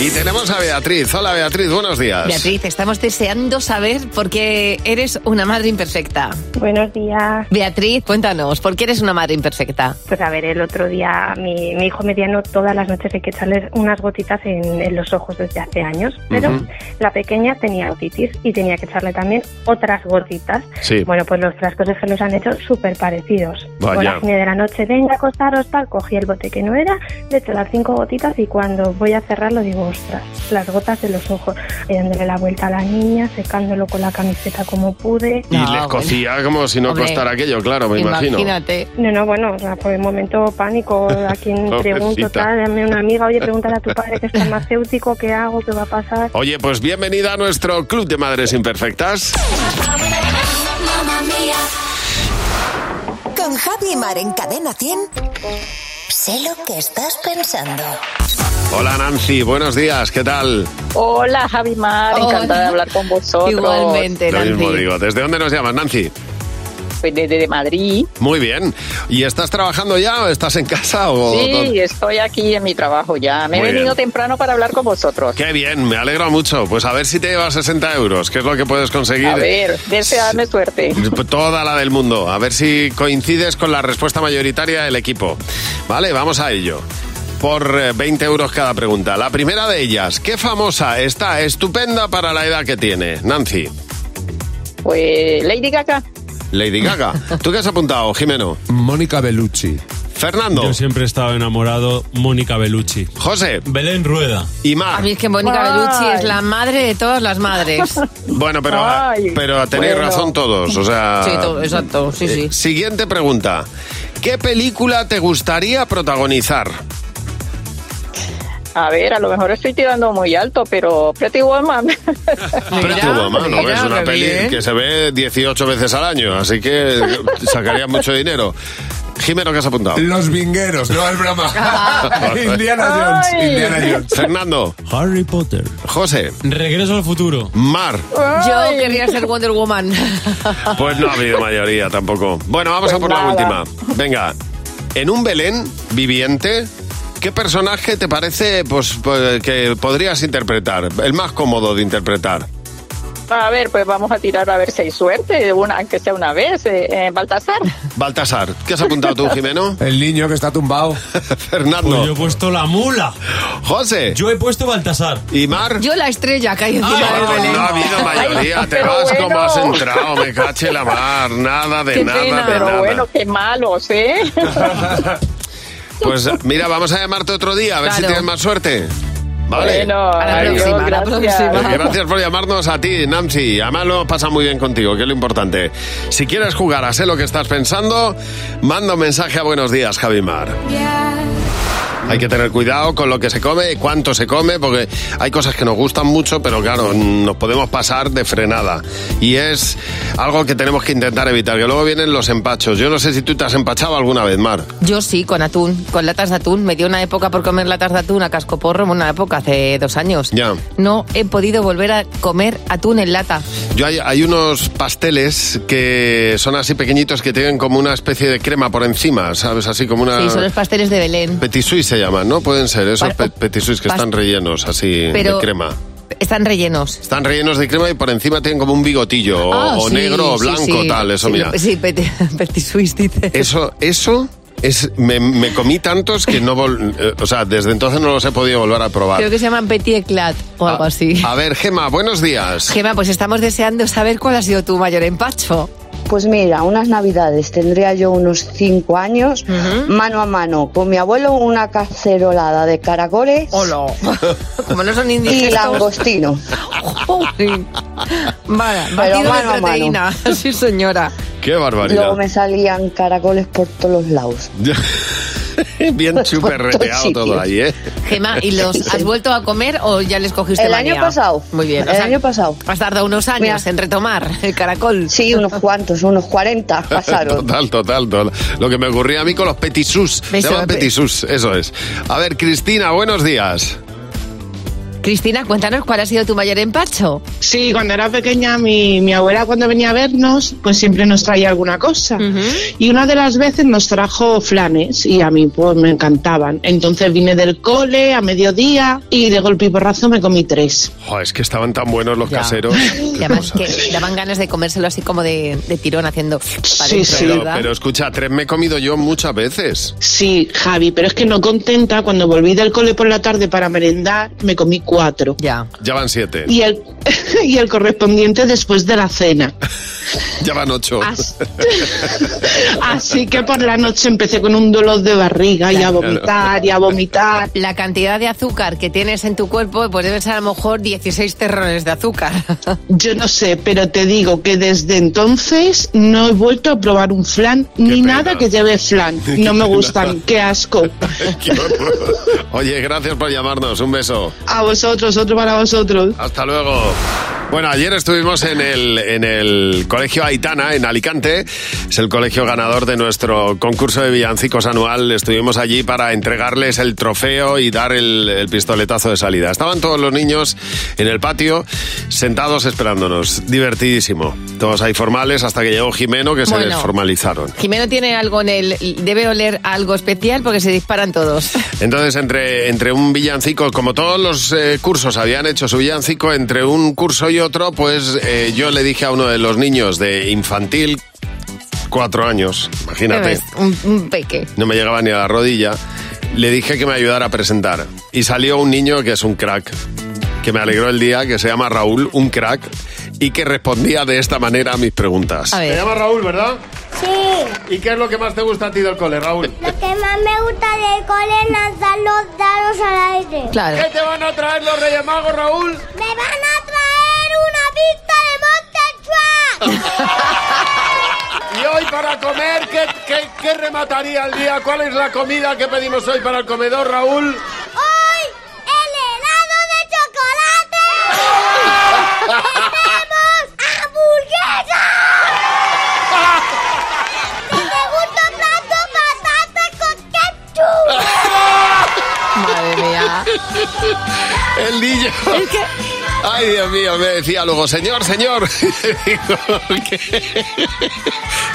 [SPEAKER 3] Y tenemos a Beatriz. Hola Beatriz, buenos días.
[SPEAKER 4] Beatriz, estamos deseando saber por qué eres una madre imperfecta.
[SPEAKER 14] Buenos días.
[SPEAKER 4] Beatriz, cuéntanos, ¿por qué eres una madre imperfecta?
[SPEAKER 14] Pues a ver, el otro día mi, mi hijo mediano todas las noches hay que echarle unas gotitas en, en los ojos desde hace años, pero
[SPEAKER 15] Ujú.
[SPEAKER 14] la pequeña tenía otitis y tenía que echarle también otras gotitas.
[SPEAKER 15] Sí.
[SPEAKER 14] Bueno, pues los frascos es que los han hecho súper parecidos.
[SPEAKER 15] Vaya.
[SPEAKER 14] Por las 9 de la noche, venga, acostaros, tal, cogí el bote que no era, le eché las cinco gotitas y cuando voy a cerrarlo digo, ostras, las gotas de los ojos. Y dándole la vuelta a la niña, secándolo con la camiseta como pude.
[SPEAKER 3] Y
[SPEAKER 4] Ah,
[SPEAKER 3] les cocía como si no
[SPEAKER 14] Hombre,
[SPEAKER 3] costara aquello, claro, me imagino.
[SPEAKER 14] No, no, bueno, o sea, por el momento pánico, a quien pregunto,
[SPEAKER 3] Pobrecita.
[SPEAKER 14] tal, dame una amiga, oye, pregúntale a tu padre que es farmacéutico, qué hago, qué va a pasar.
[SPEAKER 3] Oye, pues bienvenida a nuestro Club de Madres Imperfectas.
[SPEAKER 1] Con Javi y Mar en Cadena 100. Sé lo que estás pensando.
[SPEAKER 3] Hola Nancy, buenos días, ¿qué tal?
[SPEAKER 16] Hola, Javi Mar, encantada de hablar con vosotros. Igualmente,
[SPEAKER 3] Lo mismo digo, ¿desde dónde nos llamas Nancy?
[SPEAKER 16] Desde de Madrid.
[SPEAKER 3] Muy bien. ¿Y estás trabajando ya o estás en casa o
[SPEAKER 16] Sí,
[SPEAKER 3] dónde?
[SPEAKER 16] estoy aquí en mi trabajo ya. Me he
[SPEAKER 3] Muy
[SPEAKER 16] venido
[SPEAKER 3] bien.
[SPEAKER 16] temprano para hablar con vosotros.
[SPEAKER 3] Qué bien, me alegro mucho. Pues a ver si te llevas 60 euros, que es lo que puedes conseguir.
[SPEAKER 16] A ver, deseadme suerte.
[SPEAKER 3] Toda la del mundo. A ver si coincides con la respuesta mayoritaria del equipo. Vale, vamos a ello. Por eh, 20 euros cada pregunta. La primera de ellas, ¿qué famosa está estupenda para la edad que tiene? Nancy.
[SPEAKER 16] Pues Lady Gaga.
[SPEAKER 3] Lady Gaga. ¿Tú qué has apuntado, Jimeno?
[SPEAKER 25] Mónica Bellucci.
[SPEAKER 3] Fernando.
[SPEAKER 15] Yo siempre he estado enamorado Mónica Bellucci.
[SPEAKER 3] José.
[SPEAKER 15] Belén Rueda.
[SPEAKER 3] Y
[SPEAKER 4] A
[SPEAKER 3] más.
[SPEAKER 4] mí es que Mónica
[SPEAKER 16] Ay.
[SPEAKER 4] Bellucci es la madre de todas las madres.
[SPEAKER 3] Bueno, pero, ah,
[SPEAKER 4] Ay,
[SPEAKER 3] pero tenéis
[SPEAKER 4] bueno.
[SPEAKER 3] razón todos. O sea.
[SPEAKER 4] Sí, to- exacto, sí, sí.
[SPEAKER 3] Eh, Siguiente pregunta. ¿Qué película te gustaría protagonizar?
[SPEAKER 16] A ver, a lo mejor estoy tirando muy alto, pero Pretty Woman.
[SPEAKER 3] Pretty Woman, ¿no?
[SPEAKER 16] mira,
[SPEAKER 3] es una
[SPEAKER 16] qué
[SPEAKER 3] peli
[SPEAKER 16] bien.
[SPEAKER 3] que se ve 18 veces al año, así que sacarías mucho dinero. Jimeno, ¿qué has apuntado?
[SPEAKER 25] Los vingueros, no es broma.
[SPEAKER 4] Ah.
[SPEAKER 25] Indiana Jones, Indiana Jones.
[SPEAKER 3] Fernando.
[SPEAKER 15] Harry Potter.
[SPEAKER 3] José.
[SPEAKER 15] Regreso al futuro.
[SPEAKER 3] Mar.
[SPEAKER 4] Yo querría ser Wonder Woman.
[SPEAKER 3] Pues no ha habido mayoría tampoco. Bueno, vamos a
[SPEAKER 4] Pues
[SPEAKER 3] por la
[SPEAKER 4] nada.
[SPEAKER 3] última. Venga, en un Belén viviente, ¿qué personaje te parece pues, pues, que podrías interpretar? El más cómodo de interpretar.
[SPEAKER 16] A ver, pues vamos a tirar a ver si hay suerte, una, aunque sea una vez, eh, eh, Baltasar.
[SPEAKER 3] Baltasar, ¿qué has apuntado tú, Jimeno?
[SPEAKER 25] El niño que está tumbado.
[SPEAKER 3] Fernando.
[SPEAKER 15] Pues yo he puesto la mula.
[SPEAKER 3] José.
[SPEAKER 15] Yo he puesto Baltasar.
[SPEAKER 3] ¿Y Mar? Ah,
[SPEAKER 4] Yo la estrella que hay encima
[SPEAKER 15] Ay,
[SPEAKER 4] del
[SPEAKER 15] no,
[SPEAKER 4] Belén.
[SPEAKER 3] No ha habido mayoría, te
[SPEAKER 16] pero
[SPEAKER 3] vas
[SPEAKER 16] bueno.
[SPEAKER 3] como has entrado, me cache la mar, nada de
[SPEAKER 16] Qué
[SPEAKER 3] nada,
[SPEAKER 16] pena,
[SPEAKER 3] de
[SPEAKER 16] pero
[SPEAKER 3] nada.
[SPEAKER 16] bueno, qué malos, ¿eh?
[SPEAKER 3] Pues mira, vamos a llamarte otro día, a ver si
[SPEAKER 16] Claro.
[SPEAKER 3] tienes más suerte. Vale.
[SPEAKER 16] Bueno, A la adiós, próxima, a la gracias. próxima.
[SPEAKER 3] Gracias por llamarnos a ti, Nancy. Además lo pasa muy bien contigo, que es lo importante. Si quieres jugar a sé lo que estás pensando, manda un mensaje a Buenos Días, Javimar. Hay que tener cuidado con lo que se come y cuánto se come, porque hay cosas que nos gustan mucho, pero claro, nos podemos pasar de frenada. Y es algo que tenemos que intentar evitar, que luego vienen los empachos. Yo no sé si tú te has empachado alguna vez, Mar.
[SPEAKER 4] Yo sí, con atún, con latas de atún. Me dio una época por comer latas de atún a cascoporro, una época hace dos años.
[SPEAKER 3] Ya.
[SPEAKER 4] No he podido volver a comer atún en lata.
[SPEAKER 3] Yo hay, hay unos pasteles que son así pequeñitos que tienen como una especie de crema por encima, ¿sabes? Así como una...
[SPEAKER 4] Sí, son los pasteles de Belén.
[SPEAKER 3] Petit suisse se llaman, ¿no? Pueden ser esos pe- petit suisse que
[SPEAKER 4] pas-
[SPEAKER 3] están rellenos así
[SPEAKER 4] Pero-
[SPEAKER 3] de crema.
[SPEAKER 4] Están rellenos.
[SPEAKER 3] Están rellenos de crema y por encima tienen como un bigotillo o-
[SPEAKER 4] Ah,
[SPEAKER 3] o,
[SPEAKER 4] sí,
[SPEAKER 3] negro o
[SPEAKER 4] sí,
[SPEAKER 3] blanco,
[SPEAKER 4] sí.
[SPEAKER 3] tal, eso
[SPEAKER 4] Sí,
[SPEAKER 3] mira.
[SPEAKER 4] Sí, petit, petit suisse, dice.
[SPEAKER 3] Eso, eso es, me, me comí tantos que no, vol- eh, o sea, desde entonces no los he podido volver a probar.
[SPEAKER 4] Creo que se llaman petit eclat o
[SPEAKER 3] Ah,
[SPEAKER 4] algo así.
[SPEAKER 3] A ver, Gema, buenos días.
[SPEAKER 4] Gema, pues estamos deseando saber cuál ha sido tu mayor empacho.
[SPEAKER 17] Pues mira, unas navidades tendría yo unos cinco años, mano a mano con mi abuelo una cacerolada de caracoles.
[SPEAKER 4] Hola. Como no son
[SPEAKER 17] Y
[SPEAKER 4] indigestos.
[SPEAKER 17] langostino.
[SPEAKER 4] Joder. Vale,
[SPEAKER 17] Pero
[SPEAKER 4] batido de
[SPEAKER 17] mano a mano.
[SPEAKER 4] proteína. Sí, señora.
[SPEAKER 3] Qué barbaridad.
[SPEAKER 17] Luego me salían caracoles por todos los lados.
[SPEAKER 3] Bien chuperreteado
[SPEAKER 17] sitios.
[SPEAKER 3] todo ahí, ¿eh?
[SPEAKER 4] Gemma, ¿y los has vuelto a comer o ya les cogiste
[SPEAKER 17] El
[SPEAKER 4] manía?
[SPEAKER 17] año pasado.
[SPEAKER 4] Muy bien.
[SPEAKER 17] El año pasado.
[SPEAKER 4] Has tardado unos años en retomar el caracol.
[SPEAKER 17] Sí, unos cuantos, unos 40 pasaron.
[SPEAKER 3] Total, total, total. Lo que me ocurría a mí con los petisus. Se
[SPEAKER 17] Beso,
[SPEAKER 3] llaman
[SPEAKER 17] pe-
[SPEAKER 3] petisus, eso es. A ver, Cristina, buenos días.
[SPEAKER 4] Cristina, cuéntanos cuál ha sido tu mayor empacho.
[SPEAKER 20] Sí, cuando era pequeña mi, mi abuela cuando venía a vernos pues siempre nos traía alguna cosa y una de las veces nos trajo flanes y a mí pues me encantaban. Entonces vine del cole a mediodía y de golpe y porrazo me comí tres.
[SPEAKER 3] Jo, es que estaban tan buenos los caseros.
[SPEAKER 4] Y además que daban ganas de comérselo así como de, de tirón haciendo. para dentro,
[SPEAKER 3] Pero,
[SPEAKER 4] ¿verdad?
[SPEAKER 3] pero escucha, tres me he comido yo muchas veces.
[SPEAKER 20] Sí, Javi, pero es que no contenta cuando volví del cole por la tarde para merendar me comí cuatro.
[SPEAKER 4] Ya.
[SPEAKER 3] Ya van siete.
[SPEAKER 20] Y el, y el correspondiente después de la cena.
[SPEAKER 3] Ya van ocho.
[SPEAKER 20] Ah, Así que por la noche empecé con un dolor de barriga y a
[SPEAKER 4] Claro.
[SPEAKER 20] vomitar y a vomitar.
[SPEAKER 4] La cantidad de azúcar que tienes en tu cuerpo, pues deben ser a lo mejor 16 terrones de azúcar.
[SPEAKER 20] Yo no sé, pero te digo que desde entonces no he vuelto a probar un flan ni nada que lleve flan. No me gustan, qué asco.
[SPEAKER 3] Oye, gracias por llamarnos. Un beso.
[SPEAKER 20] A vosotros, otro para vosotros.
[SPEAKER 3] Hasta luego. Bueno, ayer estuvimos en el, en el Colegio Aitana, en Alicante. Es el colegio ganador de nuestro concurso de villancicos anual. Estuvimos allí para entregarles el trofeo y dar el, el pistoletazo de salida. Estaban todos los niños en el patio, sentados esperándonos. Divertidísimo. Todos ahí formales hasta que llegó Jimeno, que se
[SPEAKER 4] Bueno.
[SPEAKER 3] desformalizaron.
[SPEAKER 4] Jimeno tiene algo en el. Debe oler algo especial porque se disparan todos.
[SPEAKER 3] Entonces, entre, entre un villancico, como todos los eh, cursos habían hecho su villancico, entre un curso y otro, pues eh, yo le dije a uno de los niños de infantil, cuatro años, imagínate,
[SPEAKER 4] Debes, Un, un peque.
[SPEAKER 3] no me llegaba ni a la rodilla, le dije que me ayudara a presentar. Y salió un niño que es un crack, que me alegró el día, que se llama Raúl, un crack, y que respondía de esta manera a mis preguntas.
[SPEAKER 6] Te llamas Raúl, ¿verdad?
[SPEAKER 8] Sí.
[SPEAKER 6] ¿Y qué es lo que más te gusta a ti del cole, Raúl?
[SPEAKER 8] Lo que más me gusta del cole es lanzar los dados al aire.
[SPEAKER 6] Claro. ¿Qué te van a traer los Reyes Magos, Raúl?
[SPEAKER 8] ¡Me van a traer una pista de
[SPEAKER 6] Y hoy para comer, ¿qué, qué, qué remataría el día? ¿Cuál es la comida que pedimos hoy para el comedor, Raúl?
[SPEAKER 8] ¡Hoy el helado de chocolate! ¡Tenemos hamburguesa! ¡Mi segundo plato, patata con ketchup!
[SPEAKER 4] Madre mía.
[SPEAKER 3] El niño. Ay, Dios mío, me decía luego, señor, señor. Digo, ¿qué,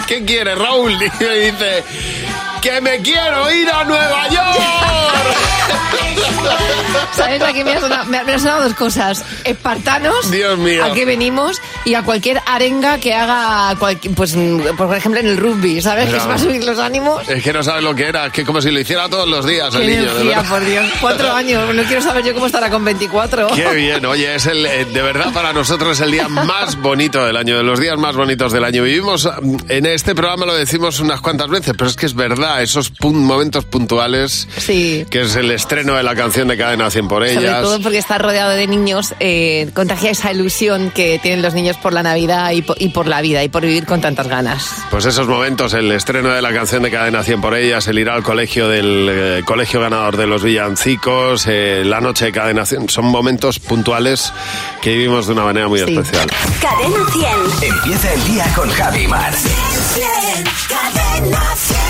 [SPEAKER 3] qué quiere Raúl? Y me dice, que me quiero ir a Nueva York.
[SPEAKER 4] ¿Sabes? Aquí me han sonado, me han sonado dos cosas. Espartanos,
[SPEAKER 3] Dios mío.
[SPEAKER 4] a qué venimos, y a cualquier arenga que haga, cualqui- pues, mm, por ejemplo, en el rugby, ¿sabes? Que
[SPEAKER 3] Mira.
[SPEAKER 4] se va a subir los ánimos.
[SPEAKER 3] Es que no sabes lo que era, es que como si lo hiciera todos los días el
[SPEAKER 4] Qué
[SPEAKER 3] niño, de
[SPEAKER 4] energía,
[SPEAKER 3] verdad.
[SPEAKER 4] por Dios. Cuatro años, no quiero saber yo cómo estará con 24.
[SPEAKER 3] Qué bien, oye, es el, eh, de verdad para nosotros es el día más bonito del año, de los días más bonitos del año. Vivimos, mm, en este programa lo decimos unas cuantas veces, pero es que es verdad, esos pun- momentos puntuales,
[SPEAKER 4] Sí.
[SPEAKER 3] que es el estreno de la canción de Cadena 100 por
[SPEAKER 4] Sobre
[SPEAKER 3] ellas.
[SPEAKER 4] todo porque está rodeado de niños, eh, contagia esa ilusión que tienen los niños por la Navidad y po- y por la vida y por vivir con tantas ganas.
[SPEAKER 3] Pues esos momentos, el estreno de la canción de Cadena 100 por ellas, el ir al colegio del eh, colegio ganador de los villancicos, eh, la noche de Cadena 100, son momentos puntuales que vivimos de una manera muy especial.
[SPEAKER 1] Cadena 100.
[SPEAKER 9] Empieza el día con Javi Mar.
[SPEAKER 1] Cadena 100.